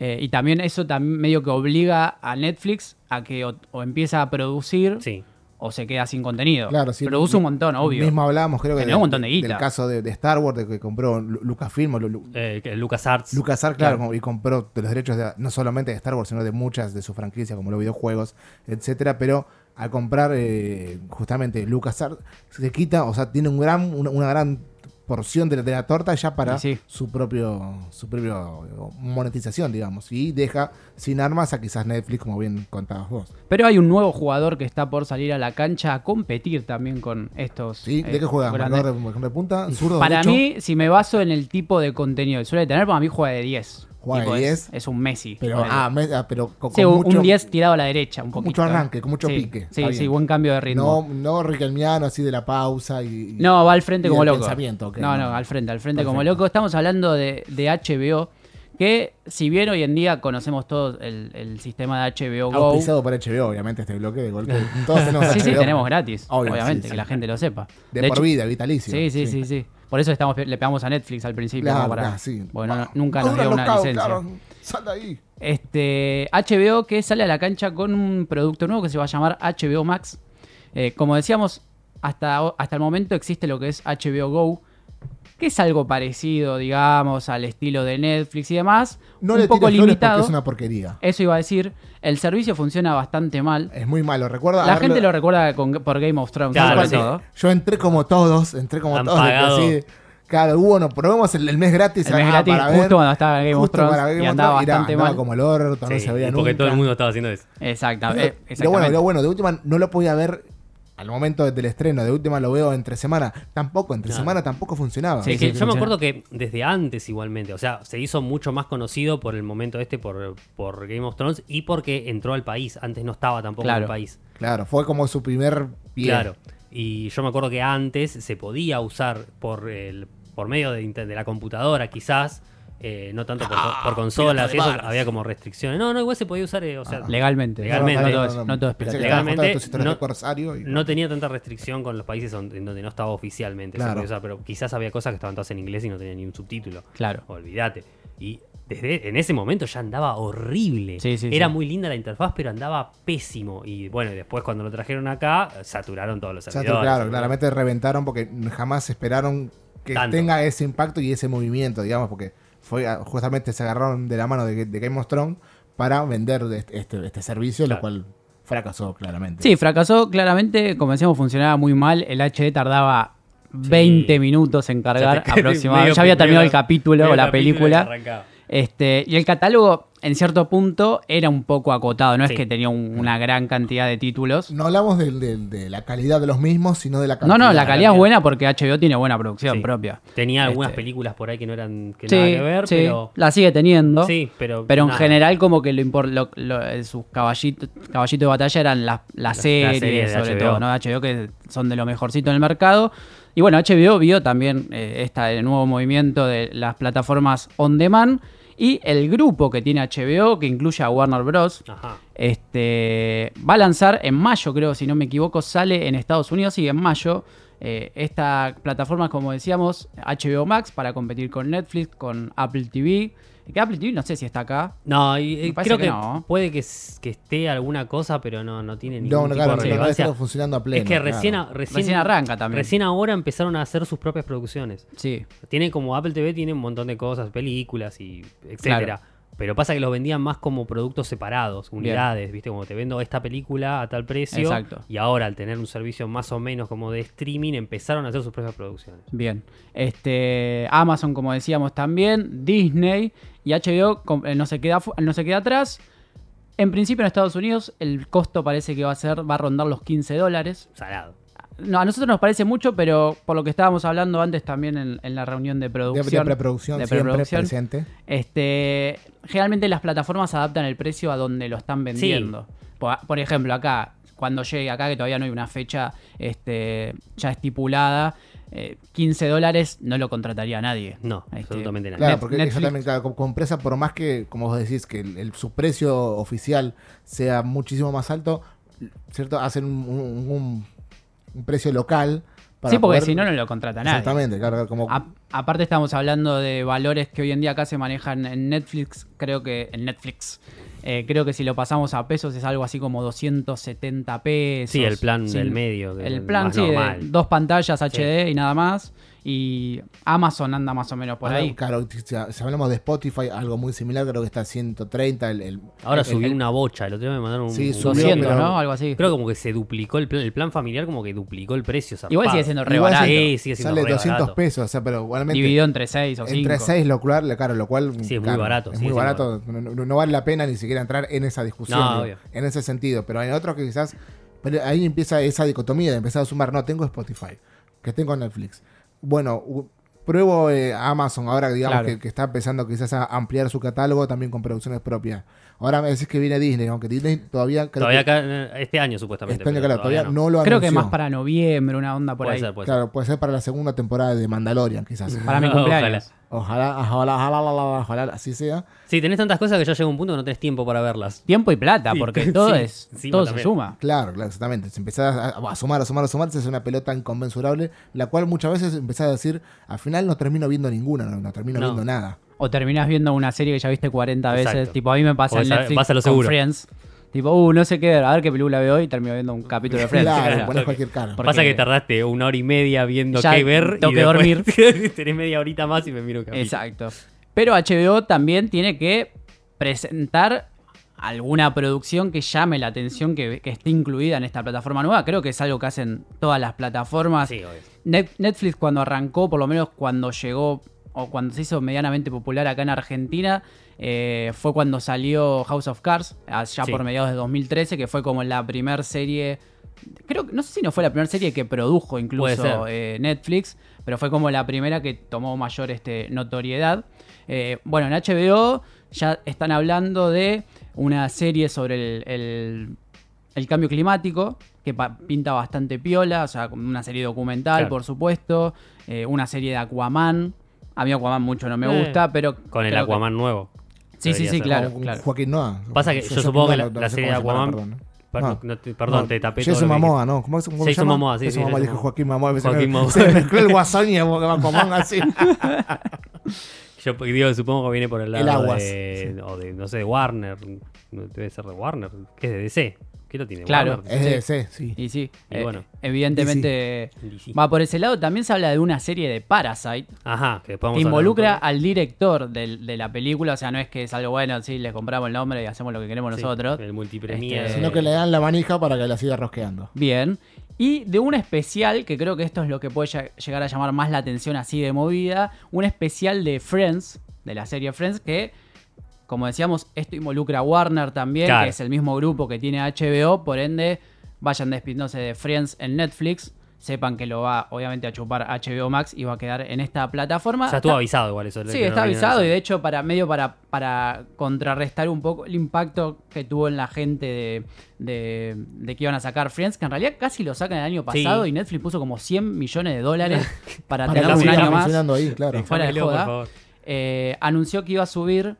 Speaker 1: Eh, y también eso también medio que obliga a Netflix a que o, o empieza a producir
Speaker 2: Sí.
Speaker 1: o se queda sin contenido.
Speaker 3: Claro, sí.
Speaker 1: Produce un montón, obvio.
Speaker 3: Mismo hablábamos, creo que
Speaker 1: Tenía un montón de guita.
Speaker 3: del caso de, de Star Wars, de que compró Lu- Lucasfilm o Lu- Lu-
Speaker 2: Eh, que LucasArts.
Speaker 3: LucasArts, claro, como- y compró de los derechos de- no solamente de Star Wars, sino de muchas de sus franquicias, como los videojuegos, etcétera, pero al comprar eh, justamente LucasArts se quita, o sea, tiene un gran, una, una gran porción de la, de la torta ya para
Speaker 1: Y sí.
Speaker 3: su propio su propio eh, monetización, digamos, y deja sin armas a quizás Netflix, como bien contabas vos.
Speaker 1: Pero hay un nuevo jugador que está por salir a la cancha a competir también con estos.
Speaker 3: ¿Sí?
Speaker 1: eh,
Speaker 3: ¿De qué juega?
Speaker 1: grandes.
Speaker 3: ¿Marcador de, marcador de punta? ¿Zurdo?
Speaker 1: Para
Speaker 3: derecho?
Speaker 1: mí, si me baso en el tipo de contenido que suele tener, para mí juega de 10.
Speaker 3: Juega de
Speaker 1: Tipo, es-
Speaker 3: 10.
Speaker 1: Es, un Messi.
Speaker 3: Pero,
Speaker 1: ponele.
Speaker 3: ah, me- ah, pero con,
Speaker 1: eh, Sí,
Speaker 3: con
Speaker 1: un-
Speaker 3: mucho-
Speaker 1: un 10 tirado a la derecha, un
Speaker 3: con
Speaker 1: poquito. ¿eh?
Speaker 3: mucho arranque, con mucho
Speaker 1: Sí,
Speaker 3: pique.
Speaker 1: Sí,
Speaker 3: Está
Speaker 1: sí,
Speaker 3: bien.
Speaker 1: buen cambio de ritmo.
Speaker 3: No, no riquelmiano así de la pausa y.
Speaker 1: No, va al frente
Speaker 3: y
Speaker 1: como
Speaker 3: del
Speaker 1: loco.
Speaker 3: pensamiento, ok,
Speaker 1: no,
Speaker 3: no.
Speaker 1: no, al frente, al frente como
Speaker 3: Perfecto.
Speaker 1: loco. Estamos hablando de, de HBO, que si bien hoy en día conocemos todos el, el sistema de HBO Go,
Speaker 3: Autorizado por HBO, obviamente, este bloque de golpe. Todos tenemos
Speaker 1: sí, sí,
Speaker 3: HBO.
Speaker 1: tenemos gratis,
Speaker 3: Obvio,
Speaker 1: obviamente,
Speaker 3: sí, sí.
Speaker 1: que la gente lo sepa.
Speaker 3: De,
Speaker 1: hecho-
Speaker 3: por vida, vitalicio.
Speaker 1: Sí, sí, sí, sí. Por eso estamos, le pegamos a Netflix al principio.
Speaker 3: Claro,
Speaker 1: ¿no? Para-
Speaker 3: claro, sí. Ah,
Speaker 1: Porque no-
Speaker 3: Bueno,
Speaker 1: nunca nos
Speaker 3: ahora
Speaker 1: dio una
Speaker 3: knockout,
Speaker 1: licencia.
Speaker 3: claro. Sal de ahí.
Speaker 1: Este, HBO que sale a la cancha con un producto nuevo que se va a llamar HBO Max. Eh, como decíamos, hasta, hasta el momento existe lo que es HBO Go, que es algo parecido, digamos, al estilo de Netflix y demás.
Speaker 3: No
Speaker 1: un
Speaker 3: le
Speaker 1: poco
Speaker 3: tires flores
Speaker 1: limitado.
Speaker 3: porque es una porquería.
Speaker 1: Eso iba a decir. El servicio funciona bastante mal.
Speaker 3: Es muy malo. Recuerda.
Speaker 1: La
Speaker 3: haberlo-
Speaker 1: gente lo recuerda con- por Game of Thrones,
Speaker 2: Claro,
Speaker 1: sobre
Speaker 2: sí.
Speaker 1: todo.
Speaker 3: Yo entré como todos, entré como
Speaker 2: Han
Speaker 3: todos.
Speaker 2: pagado.
Speaker 3: así, claro, hubo, no, probemos el, el mes gratis.
Speaker 1: El mes
Speaker 3: ah,
Speaker 1: gratis,
Speaker 3: para
Speaker 1: justo
Speaker 3: ver,
Speaker 1: cuando estaba Game of
Speaker 3: justo
Speaker 1: Thrones,
Speaker 3: para ver
Speaker 1: y
Speaker 3: Game of
Speaker 1: andaba
Speaker 3: Thrones, y era-
Speaker 1: bastante
Speaker 3: andaba
Speaker 1: mal.
Speaker 3: como el orto, no
Speaker 2: Sí,
Speaker 3: se veía
Speaker 2: porque
Speaker 3: nunca.
Speaker 2: todo el mundo estaba haciendo eso.
Speaker 1: Exacta- eh,
Speaker 3: Lo- Lo bueno,
Speaker 1: exactamente.
Speaker 3: lo bueno, de última no lo podía ver al momento del estreno, de última lo veo entre semana. Tampoco, entre
Speaker 2: Claro.
Speaker 3: semana tampoco funcionaba.
Speaker 1: Sí,
Speaker 2: Es que
Speaker 1: sí,
Speaker 2: yo
Speaker 1: funciona.
Speaker 2: me acuerdo que desde antes igualmente, o sea, se hizo mucho más conocido por el momento este, por, por Game of Thrones y porque entró al país, antes no estaba tampoco en
Speaker 1: Claro.
Speaker 2: el país.
Speaker 3: Claro, fue como su primer pie.
Speaker 2: Claro. Y yo me acuerdo que antes se podía usar por el por medio de, inter- de la computadora, quizás, eh, no tanto por, por consolas, y eso había como restricciones. No, no, igual se podía usar, eh, o sea,
Speaker 3: Ah.
Speaker 1: Legalmente.
Speaker 2: Legalmente.
Speaker 1: No, todo es, no todo es pirata.
Speaker 3: Pensé que
Speaker 2: Legal.
Speaker 3: estábamos hablando de
Speaker 2: Legalmente,
Speaker 3: tu historia
Speaker 2: no-
Speaker 3: de Corsario y-
Speaker 2: no tenía tanta restricción con los países on- en donde no estaba oficialmente. se
Speaker 3: Claro.
Speaker 2: podía usar, pero quizás había cosas que estaban todas en inglés y no tenían ni un subtítulo.
Speaker 1: Claro.
Speaker 2: Olvídate. Y desde en ese momento ya andaba horrible.
Speaker 1: Sí, sí,
Speaker 2: Era
Speaker 1: sí.
Speaker 2: muy linda la interfaz, pero andaba pésimo. Y bueno, y después cuando lo trajeron acá, saturaron todos los
Speaker 3: Ya te-
Speaker 2: servidores.
Speaker 3: claro, claramente reventaron porque jamás esperaron que
Speaker 2: Tanto.
Speaker 3: tenga ese impacto y ese movimiento, digamos, porque fue a- justamente se agarraron de la mano de, de Game of Thrones para vender de este, este- este servicio,
Speaker 2: Claro.
Speaker 3: lo cual fracasó claramente.
Speaker 1: Sí, fracasó claramente, como decíamos, funcionaba muy mal. El HD tardaba 20 minutos en cargar
Speaker 2: Ya te-
Speaker 1: aproximadamente.
Speaker 2: medio
Speaker 1: Ya había terminado el
Speaker 2: primero-
Speaker 1: capítulo o
Speaker 2: medio
Speaker 1: la
Speaker 2: capítulo y
Speaker 1: película.
Speaker 2: arrancaba.
Speaker 1: Este, y el catálogo, en cierto punto, era un poco acotado. No
Speaker 2: Sí.
Speaker 1: es que tenía un- una gran cantidad de títulos.
Speaker 3: No hablamos del- del- de, la calidad de los mismos, sino de la
Speaker 1: No,
Speaker 3: calidad.
Speaker 1: no, la calidad
Speaker 2: calidad.
Speaker 1: es buena porque HBO tiene buena producción
Speaker 2: Sí.
Speaker 1: propia.
Speaker 2: Tenía algunas
Speaker 1: Este.
Speaker 2: películas por ahí que no eran que
Speaker 1: Sí,
Speaker 2: nada que ver,
Speaker 1: sí,
Speaker 2: pero.
Speaker 1: la sigue teniendo.
Speaker 2: Sí, pero.
Speaker 1: Pero en
Speaker 2: nada.
Speaker 1: general como que lo, impor- lo- lo- eh, sus caballitos caballito de batalla eran las las series,
Speaker 2: series de
Speaker 1: sobre
Speaker 2: HBO.
Speaker 1: todo, ¿no? HBO que son de lo mejorcito en el mercado. Y bueno, HBO vio también eh, esta- el nuevo movimiento de las plataformas on demand y el grupo que tiene HBO, que incluye a Warner Bros.,
Speaker 2: Ajá.
Speaker 1: este, va a lanzar en mayo, creo, si no me equivoco, sale en Estados Unidos y en mayo. eh, esta plataforma, como decíamos, HBO Max para competir con Netflix, con Apple TV. Que Apple TV no sé si está acá.
Speaker 2: No, y, eh,
Speaker 1: Me parece
Speaker 2: creo
Speaker 1: que
Speaker 2: que,
Speaker 1: no.
Speaker 2: puede que, s- que esté alguna cosa, pero no, no tiene
Speaker 3: No,
Speaker 2: ningún
Speaker 3: no,
Speaker 2: tipo
Speaker 3: claro,
Speaker 2: de
Speaker 3: no, no,
Speaker 2: relevancia.
Speaker 3: estaba funcionando a pleno.
Speaker 2: es que recién,
Speaker 3: claro.
Speaker 2: a- recién,
Speaker 1: Recién arranca también.
Speaker 2: Recién ahora empezaron a hacer sus propias producciones.
Speaker 1: Sí.
Speaker 2: Tiene como Apple TV tiene un montón de cosas, películas y etcétera. Pero pasa que los vendían más como productos separados, unidades, ¿viste? Como te vendo esta película a tal precio.
Speaker 1: Exacto.
Speaker 2: Y ahora, al tener un servicio más o menos como de streaming, empezaron a hacer sus propias producciones.
Speaker 1: Bien. Este, Amazon, como decíamos también, Disney y HBO com- eh, no se, queda, fu- no se queda atrás. En principio en Estados Unidos el costo parece que va a ser, va a rondar los 15 dólares.
Speaker 2: Salado.
Speaker 1: No, a nosotros nos parece mucho, pero por lo que estábamos hablando antes también en, en la reunión de
Speaker 3: De- de,
Speaker 1: producción.
Speaker 3: preproducción,
Speaker 1: de
Speaker 3: siempre
Speaker 1: preproducción.
Speaker 3: presente.
Speaker 1: Este, generalmente las plataformas adaptan el precio a donde lo están vendiendo. Por, por ejemplo, acá, cuando llegue acá, que todavía no hay una fecha este, ya estipulada, eh, 15 dólares no lo contrataría nadie.
Speaker 2: No,
Speaker 1: Este,
Speaker 2: absolutamente nada.
Speaker 3: Claro,
Speaker 1: Net-
Speaker 3: porque
Speaker 1: Netflix.
Speaker 3: yo también, claro, como empresa, por más que, como vos decís, que el, el- su precio oficial sea muchísimo más alto, ¿cierto? Hacen un, un- un- un precio local. para
Speaker 1: sí, porque
Speaker 3: poder-
Speaker 1: si no, no lo contrata nadie. Ah,
Speaker 3: Exactamente, claro, claro, como.
Speaker 1: A- aparte estamos hablando de valores que hoy en día acá se manejan en Netflix, creo que en Netflix. eh, creo que si lo pasamos a pesos es algo así como 270 pesos.
Speaker 2: Sí, el plan
Speaker 1: Sí,
Speaker 2: del medio. que es
Speaker 1: El plan,
Speaker 2: más
Speaker 1: sí, de
Speaker 2: normal.
Speaker 1: dos pantallas
Speaker 2: Sí.
Speaker 1: HD y nada más. Y Amazon anda más o menos por
Speaker 3: ahora,
Speaker 1: ahí.
Speaker 3: Claro, si, si hablamos de Spotify, algo muy similar, creo que está a 130. El, el-
Speaker 2: Ahora
Speaker 3: el-
Speaker 2: subió
Speaker 3: el-
Speaker 2: una bocha. El otro día me mandaron un.
Speaker 3: Sí,
Speaker 2: un-
Speaker 3: subió,
Speaker 1: 200,
Speaker 3: pero-
Speaker 1: ¿no? Algo así.
Speaker 2: Creo como que se duplicó el plan, el plan familiar, como que duplicó el precio.
Speaker 1: Igual
Speaker 2: zarpado.
Speaker 1: sigue siendo re
Speaker 3: Igual
Speaker 1: barato.
Speaker 2: Sí, sigue siendo
Speaker 3: Sale
Speaker 2: re
Speaker 3: 200
Speaker 2: barato.
Speaker 3: pesos, o sea, pero igualmente.
Speaker 1: Dividido entre 6 o 5.
Speaker 3: entre 6, lo cual, claro, lo cual.
Speaker 2: Sí, es muy
Speaker 3: claro,
Speaker 2: barato,
Speaker 3: Es
Speaker 2: sí,
Speaker 3: muy
Speaker 2: es
Speaker 3: barato. No, no- no vale la pena ni siquiera entrar en esa discusión.
Speaker 2: No,
Speaker 3: digo,
Speaker 2: obvio.
Speaker 3: en ese sentido. Pero hay otros que quizás. Pero ahí empieza esa dicotomía de empezar a sumar. No, tengo Spotify. Que tengo Netflix. Bueno, u- pruebo eh, Amazon ahora, digamos,
Speaker 1: Claro.
Speaker 3: que, que está empezando quizás a ampliar su catálogo también con producciones propias. Ahora me decís que viene Disney, aunque Disney todavía. Creo
Speaker 2: Todavía
Speaker 3: que,
Speaker 2: acá- este año supuestamente.
Speaker 3: este año,
Speaker 2: pero
Speaker 3: claro, todavía no. lo
Speaker 1: Creo que
Speaker 3: anunció.
Speaker 1: más para noviembre, una onda por
Speaker 2: Puede
Speaker 1: ahí.
Speaker 2: ser, puede ser.
Speaker 3: Claro, puede ser para la segunda temporada de Mandalorian, quizás.
Speaker 1: Para mi
Speaker 2: No,
Speaker 1: cumpleaños.
Speaker 2: ojalá.
Speaker 3: Ojalá, ojalá, ojalá, ojalá, ojalá, así sea.
Speaker 2: Sí, tenés tantas cosas que ya llega un punto que no tenés tiempo para verlas.
Speaker 1: Tiempo y plata,
Speaker 2: Sí,
Speaker 1: porque
Speaker 2: sí,
Speaker 1: todo es
Speaker 2: encima
Speaker 1: todo se
Speaker 2: también.
Speaker 1: suma.
Speaker 3: Claro, claro, exactamente. Si empezás a, a- a sumar, a sumar, a sumar, se hace una pelota inconmensurable, la cual muchas veces empezás a decir, al final no termino viendo ninguna, no, no termino
Speaker 2: No.
Speaker 3: viendo nada.
Speaker 1: O terminás viendo una serie que ya viste 40 veces.
Speaker 2: Exacto.
Speaker 1: Tipo, a mí me
Speaker 2: O
Speaker 1: pasa en
Speaker 2: esa-
Speaker 1: Netflix
Speaker 2: vas a lo
Speaker 1: con
Speaker 2: seguro.
Speaker 1: Friends. Tipo, uh, no sé qué, a ver qué película veo hoy y termino viendo un capítulo de Friends.
Speaker 3: Claro,
Speaker 1: Claro.
Speaker 3: ponés cualquier cara.
Speaker 1: Porque-
Speaker 2: Pasa que tardaste una hora y media viendo
Speaker 1: Ya
Speaker 2: qué ver.
Speaker 1: tengo
Speaker 2: y
Speaker 1: que
Speaker 2: dormir. tenés media horita más y me miro un capítulo.
Speaker 1: Exacto. Pero HBO también tiene que presentar alguna producción que llame la atención que, que esté incluida en esta plataforma nueva. Creo que es algo que hacen todas las plataformas.
Speaker 2: Sí, obvio.
Speaker 1: Net- Netflix cuando arrancó, por lo menos cuando llegó o cuando se hizo medianamente popular acá en Argentina, eh, fue cuando salió House of Cards, allá
Speaker 2: Sí.
Speaker 1: por mediados de 2013, que fue como la primera serie, creo que no sé si no fue la primera serie que produjo
Speaker 2: ser.
Speaker 1: incluso eh, Netflix, pero fue como la primera que tomó mayor este, notoriedad. Eh, bueno, en HBO ya están hablando de una serie sobre el- el el cambio climático, que pa- pinta bastante piola, o sea, como una serie documental,
Speaker 2: Claro.
Speaker 1: por supuesto, eh, una serie de Aquaman. A mí Aquaman mucho no me
Speaker 2: Eh,
Speaker 1: gusta, pero...
Speaker 2: Con el
Speaker 1: creo que-
Speaker 2: Aquaman nuevo.
Speaker 1: Sí, sí,
Speaker 2: Debería
Speaker 1: sí,
Speaker 2: ser.
Speaker 1: claro,
Speaker 3: Con
Speaker 1: claro.
Speaker 3: Joaquín Noah.
Speaker 2: Pasa que yo supongo que la- la
Speaker 3: sé
Speaker 2: serie de
Speaker 3: cómo se llama,
Speaker 2: Aquaman-
Speaker 3: perdón, ¿eh.
Speaker 2: Per-
Speaker 3: No.
Speaker 2: no te- perdón,
Speaker 3: No,
Speaker 2: te tapé todo.
Speaker 3: Jason
Speaker 2: lo que
Speaker 3: Momoa, ¿no? ¿Cómo, cómo se
Speaker 2: Jason
Speaker 3: llama?
Speaker 2: Momoa, sí,
Speaker 3: Jason
Speaker 2: sí,
Speaker 3: Momoa,
Speaker 2: Jason
Speaker 3: dije
Speaker 2: Momoa.
Speaker 3: Joaquín Momoa. me- se me-
Speaker 2: Joaquín Momoa.
Speaker 3: Se me mezcló el guasón y el Aquaman así.
Speaker 2: dijiste. Yo digo, supongo que viene por el lado
Speaker 3: El Aguas,
Speaker 2: de, o de, no sé, de Warner. No, Debe ser de Warner. Que es de DC. ¿Qué lo tiene?
Speaker 1: Claro.
Speaker 2: Warner?
Speaker 3: Es de sí, sí.
Speaker 1: Y sí,
Speaker 2: Y
Speaker 1: eh,
Speaker 2: bueno.
Speaker 1: evidentemente
Speaker 2: DC.
Speaker 1: va por ese lado. También se habla de una serie de Parasite,
Speaker 2: Ajá, que después vamos
Speaker 1: que
Speaker 2: a hablar
Speaker 1: involucra
Speaker 2: un poco.
Speaker 1: al director del- de, la película, o sea, no es que es algo bueno, sí, le compramos el nombre y hacemos lo que queremos
Speaker 2: Sí,
Speaker 1: nosotros.
Speaker 2: El multipremiado.
Speaker 1: Este,
Speaker 3: Sino que le dan la manija para que la siga rosqueando.
Speaker 1: Bien. Y de un especial, que creo que esto es lo que puede lla- llegar a llamar más la atención así de movida, un especial de Friends, de la serie Friends, que, como decíamos, esto involucra a Warner también,
Speaker 2: Claro.
Speaker 1: que es el mismo grupo que tiene HBO, por ende, vayan despidiéndose de Friends en Netflix, sepan que lo va obviamente a chupar HBO Max y va a quedar en esta plataforma.
Speaker 2: Ya estuvo
Speaker 1: Está-
Speaker 2: avisado igual eso.
Speaker 1: Sí, está avisado y de hecho para medio para, para contrarrestar un poco el impacto que tuvo en la gente de, de- de que iban a sacar Friends, que en realidad casi lo sacan el año pasado
Speaker 2: Sí.
Speaker 1: y Netflix puso como 100 millones de dólares para,
Speaker 3: Para
Speaker 1: tener
Speaker 3: que
Speaker 1: un
Speaker 2: siga
Speaker 1: año más.
Speaker 3: funcionando ahí, claro.
Speaker 1: fuera de joda. Eh, anunció que iba a subir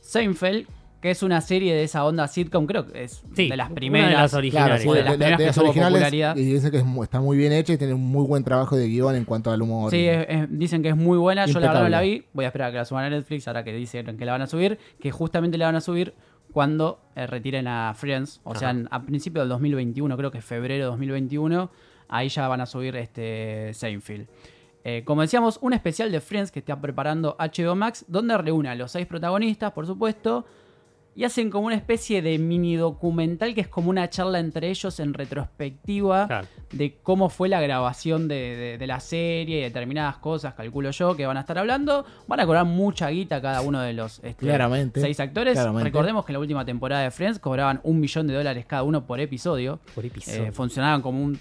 Speaker 1: Seinfeld, que es una serie de esa onda sitcom, creo que es
Speaker 2: Sí,
Speaker 1: de las
Speaker 2: una de
Speaker 1: primeras.
Speaker 2: las
Speaker 3: Claro,
Speaker 2: originales.
Speaker 3: sí,
Speaker 1: Fue
Speaker 3: de,
Speaker 1: de las
Speaker 3: de-
Speaker 1: primeras
Speaker 3: de
Speaker 1: que
Speaker 3: las
Speaker 1: tuvo
Speaker 3: originales
Speaker 1: popularidad.
Speaker 3: y dicen que es mu- está muy bien hecha y tiene un muy buen trabajo de guión en cuanto al humor.
Speaker 1: Sí, es- es- dicen que es muy buena. Yo la verdad no la
Speaker 3: Impecable.
Speaker 1: vi. Voy a esperar a que la suban a Netflix ahora que dicen que la van a subir. Que justamente la van a subir cuando eh, retiren a Friends. O sea,
Speaker 2: Ajá.
Speaker 1: en- a principios del 2021, creo que febrero de 2021. Ahí ya van a subir este Seinfeld. Eh, como decíamos, un especial de Friends que está preparando HBO Max, donde reúne a los seis protagonistas, por supuesto, y hacen como una especie de mini documental que es como una charla entre ellos en retrospectiva
Speaker 2: Claro.
Speaker 1: de cómo fue la grabación de, de- de la serie y determinadas cosas, calculo yo, que van a estar hablando. Van a cobrar mucha guita cada uno de los este,
Speaker 3: Claramente.
Speaker 1: seis actores.
Speaker 3: Claramente.
Speaker 1: Recordemos que en la última temporada de Friends cobraban un millón de dólares cada uno por episodio.
Speaker 2: Por
Speaker 1: Eh,
Speaker 2: episodio.
Speaker 1: funcionaban como un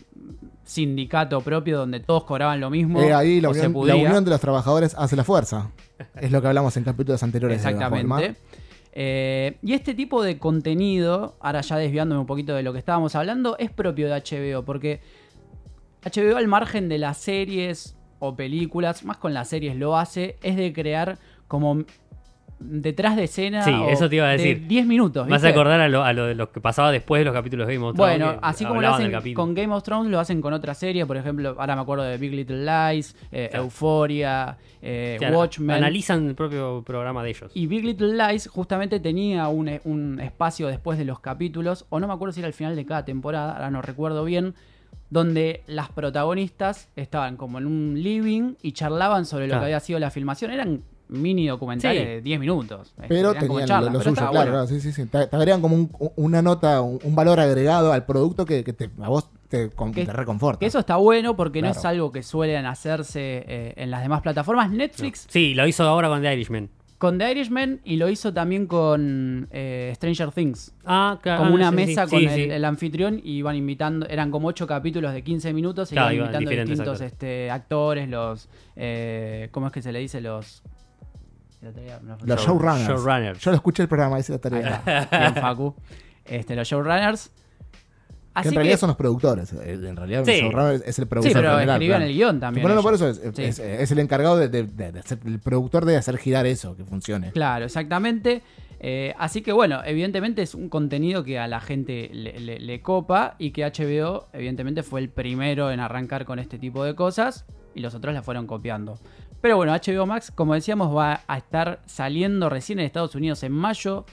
Speaker 1: sindicato propio donde todos cobraban lo mismo.
Speaker 3: Eh, ahí la
Speaker 1: o se
Speaker 3: unión, la
Speaker 1: pudría.
Speaker 3: unión de los trabajadores hace la fuerza. Es lo que hablamos en capítulos anteriores. de Bajo el Mar.
Speaker 1: Exactamente. Eh, y este tipo de contenido, ahora ya desviándome un poquito de lo que estábamos hablando, es propio de HBO, porque HBO al margen de las series o películas, más con las series lo hace, es de crear como detrás de escena.
Speaker 2: Sí,
Speaker 1: o
Speaker 2: eso te iba a
Speaker 1: de
Speaker 2: decir.
Speaker 1: 10 minutos.
Speaker 2: Vas a
Speaker 1: ¿viste?
Speaker 2: acordar a lo, a lo de lo que pasaba después de los capítulos de Game of Thrones.
Speaker 1: Bueno,
Speaker 2: que
Speaker 1: así como lo
Speaker 2: hablaban del
Speaker 1: hacen
Speaker 2: capítulo.
Speaker 1: con Game of Thrones, lo hacen con otras series, por ejemplo, ahora me acuerdo de Big Little Lies, eh,
Speaker 2: Claro.
Speaker 1: Euphoria, eh,
Speaker 2: O sea,
Speaker 1: Watchmen.
Speaker 2: Analizan el propio programa de ellos.
Speaker 1: Y Big Little Lies justamente tenía un, eh, un espacio después de los capítulos, o no me acuerdo si era al final de cada temporada, ahora no recuerdo bien, donde las protagonistas estaban como en un living y charlaban sobre lo
Speaker 2: Claro.
Speaker 1: que había sido la filmación. Eran mini documentales
Speaker 2: Sí,
Speaker 1: de 10 minutos. Este,
Speaker 3: Pero
Speaker 1: eran como
Speaker 3: tenían
Speaker 1: charlas,
Speaker 3: lo, lo
Speaker 1: pero
Speaker 3: suyo,
Speaker 1: estaba
Speaker 3: claro,
Speaker 1: bueno.
Speaker 3: claro, sí, sí, sí. Te, te agregan como un- una nota, un, un valor agregado al producto que, que te- a vos te, con-
Speaker 1: Que-
Speaker 3: te reconforta.
Speaker 1: Que eso está bueno porque no
Speaker 3: Claro.
Speaker 1: es algo que suelen hacerse eh, en las demás plataformas. Netflix
Speaker 2: Sí, lo hizo ahora con The Irishman.
Speaker 1: con The Irishman y lo hizo también con eh, Stranger Things.
Speaker 2: Ah, claro.
Speaker 1: como una
Speaker 2: sí, sí,
Speaker 1: mesa
Speaker 2: sí,
Speaker 1: con
Speaker 2: sí.
Speaker 1: el, el anfitrión y iban invitando, eran como ocho capítulos de 15 minutos y
Speaker 2: Claro,
Speaker 1: iban
Speaker 2: iban
Speaker 1: invitando
Speaker 2: diferentes
Speaker 1: distintos este, actores, los eh, ¿cómo es que se le dice? los la tarea, no,
Speaker 3: Los
Speaker 1: show-
Speaker 3: showrunners.
Speaker 2: showrunners.
Speaker 3: Yo lo escuché el programa, esa es la tarea.
Speaker 1: Bien, Facu. Este, los showrunners
Speaker 3: Que
Speaker 1: Así
Speaker 3: en realidad
Speaker 1: que-
Speaker 3: son los productores. eh, En realidad,
Speaker 2: Sí.
Speaker 3: Mizorrano es, es
Speaker 1: Sí,
Speaker 3: el productor.
Speaker 1: pero
Speaker 3: general,
Speaker 1: escribían
Speaker 3: claro.
Speaker 1: el guión también.
Speaker 3: Bueno, no, por
Speaker 1: ellos.
Speaker 3: eso es, es-
Speaker 1: Sí.
Speaker 3: es- es el encargado de, de- de- de ser el productor de hacer girar eso, que funcione.
Speaker 1: Claro, exactamente. Eh, así que bueno, evidentemente es un contenido que a la gente le, le- le copa y que HBO evidentemente fue el primero en arrancar con este tipo de cosas y los otros la fueron copiando. Pero bueno, HBO Max, como decíamos, va a estar saliendo recién en Estados Unidos en mayo.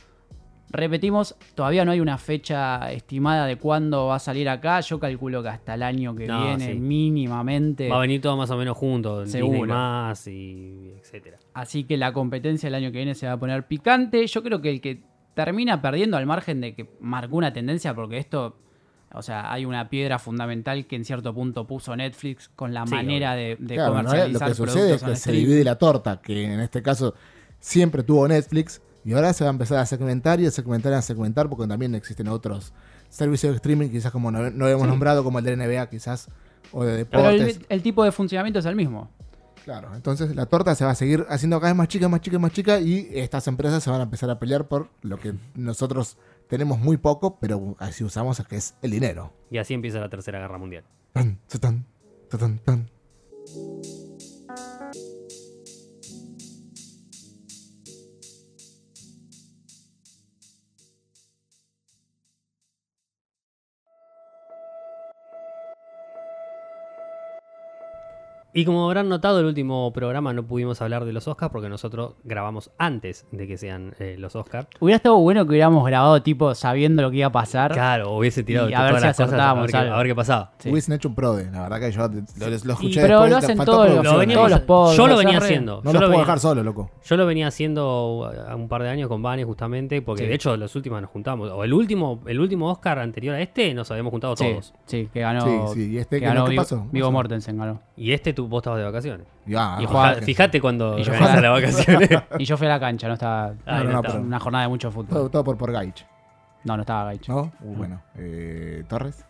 Speaker 1: Repetimos, todavía no hay una fecha estimada de cuándo va a salir acá. Yo calculo que hasta el año que
Speaker 2: No,
Speaker 1: viene
Speaker 2: sí.
Speaker 1: mínimamente.
Speaker 2: Va a venir todo más o menos junto, Disney
Speaker 1: Seguro.
Speaker 2: más y etcétera.
Speaker 1: Así que la competencia el año que viene se va a poner picante. Yo creo que el que termina perdiendo al margen de que marcó una tendencia, porque esto, o sea, hay una piedra fundamental que en cierto punto puso Netflix con la
Speaker 2: Sí,
Speaker 1: manera de, de
Speaker 3: Claro, en realidad lo
Speaker 1: comercializar
Speaker 3: que sucede es
Speaker 1: productos
Speaker 3: que
Speaker 1: en
Speaker 3: se
Speaker 1: streaming.
Speaker 3: divide la torta, que en este caso siempre tuvo Netflix, y ahora se va a empezar a segmentar y a segmentar y a segmentar, porque también existen otros servicios de streaming, quizás como no, no hemos nombrado, como el de NBA, quizás, o de
Speaker 1: Pero
Speaker 3: deportes.
Speaker 1: el, el tipo de funcionamiento es el mismo.
Speaker 3: Claro, entonces la torta se va a seguir haciendo cada vez más chica, más chica, más chica, y estas empresas se van a empezar a pelear por lo que nosotros tenemos muy poco, pero así usamos, que es el dinero.
Speaker 2: Y así empieza la tercera guerra mundial.
Speaker 3: Tan, tan, tan, tan.
Speaker 2: Y como habrán notado, el último programa no pudimos hablar de los Oscars porque nosotros grabamos antes de que sean eh, los Oscars.
Speaker 1: Hubiera estado bueno que hubiéramos grabado, tipo, sabiendo lo que iba a pasar.
Speaker 2: Claro, hubiese tirado
Speaker 1: Y
Speaker 2: todas
Speaker 1: a ver si
Speaker 2: las cosas, a
Speaker 1: acertábamos
Speaker 2: ver, qué,
Speaker 1: algo.
Speaker 2: a ver qué pasaba.
Speaker 1: Sí.
Speaker 3: Hubiesen hecho un prode, la verdad que yo lo, lo escuché
Speaker 1: pero
Speaker 3: después,
Speaker 1: lo hacen
Speaker 3: faltó
Speaker 1: todos los-
Speaker 3: producción,
Speaker 1: lo
Speaker 3: la
Speaker 1: veníamos-
Speaker 3: verdad.
Speaker 1: todos los podcasts,
Speaker 2: yo lo
Speaker 1: las
Speaker 2: venía
Speaker 1: redes.
Speaker 2: haciendo.
Speaker 3: No
Speaker 2: yo,
Speaker 3: los
Speaker 2: lo
Speaker 3: puedo
Speaker 2: venía,
Speaker 3: dejar solo, loco.
Speaker 2: yo lo venía haciendo a un par de años con Vanes justamente, porque
Speaker 1: Sí.
Speaker 2: de hecho las últimas nos juntamos. O el último, el último Oscar anterior a este nos habíamos juntado
Speaker 1: Sí,
Speaker 2: todos.
Speaker 1: sí, que ganó.
Speaker 3: Sí, sí, ¿y este
Speaker 1: que
Speaker 3: qué-
Speaker 1: ganó
Speaker 3: qué
Speaker 1: Vigo-
Speaker 3: pasó?
Speaker 1: Vigo
Speaker 3: ¿Pasó?
Speaker 1: Mortensen ganó.
Speaker 2: Y este tú, vos estabas de vacaciones.
Speaker 3: Ya,
Speaker 2: y
Speaker 3: no,
Speaker 2: jugá-
Speaker 3: que-
Speaker 2: fijate cuando
Speaker 1: Y yo
Speaker 2: organiza
Speaker 1: jugaba.
Speaker 2: las vacaciones.
Speaker 1: Y yo fui a la cancha, no estaba.
Speaker 2: Ah,
Speaker 3: no, no,
Speaker 1: era
Speaker 3: pero-
Speaker 1: una jornada de mucho fútbol.
Speaker 3: Todo, todo por por Gaich,
Speaker 1: No, no estaba Gaich.
Speaker 3: ¿no? Uh, bueno, eh, Torres.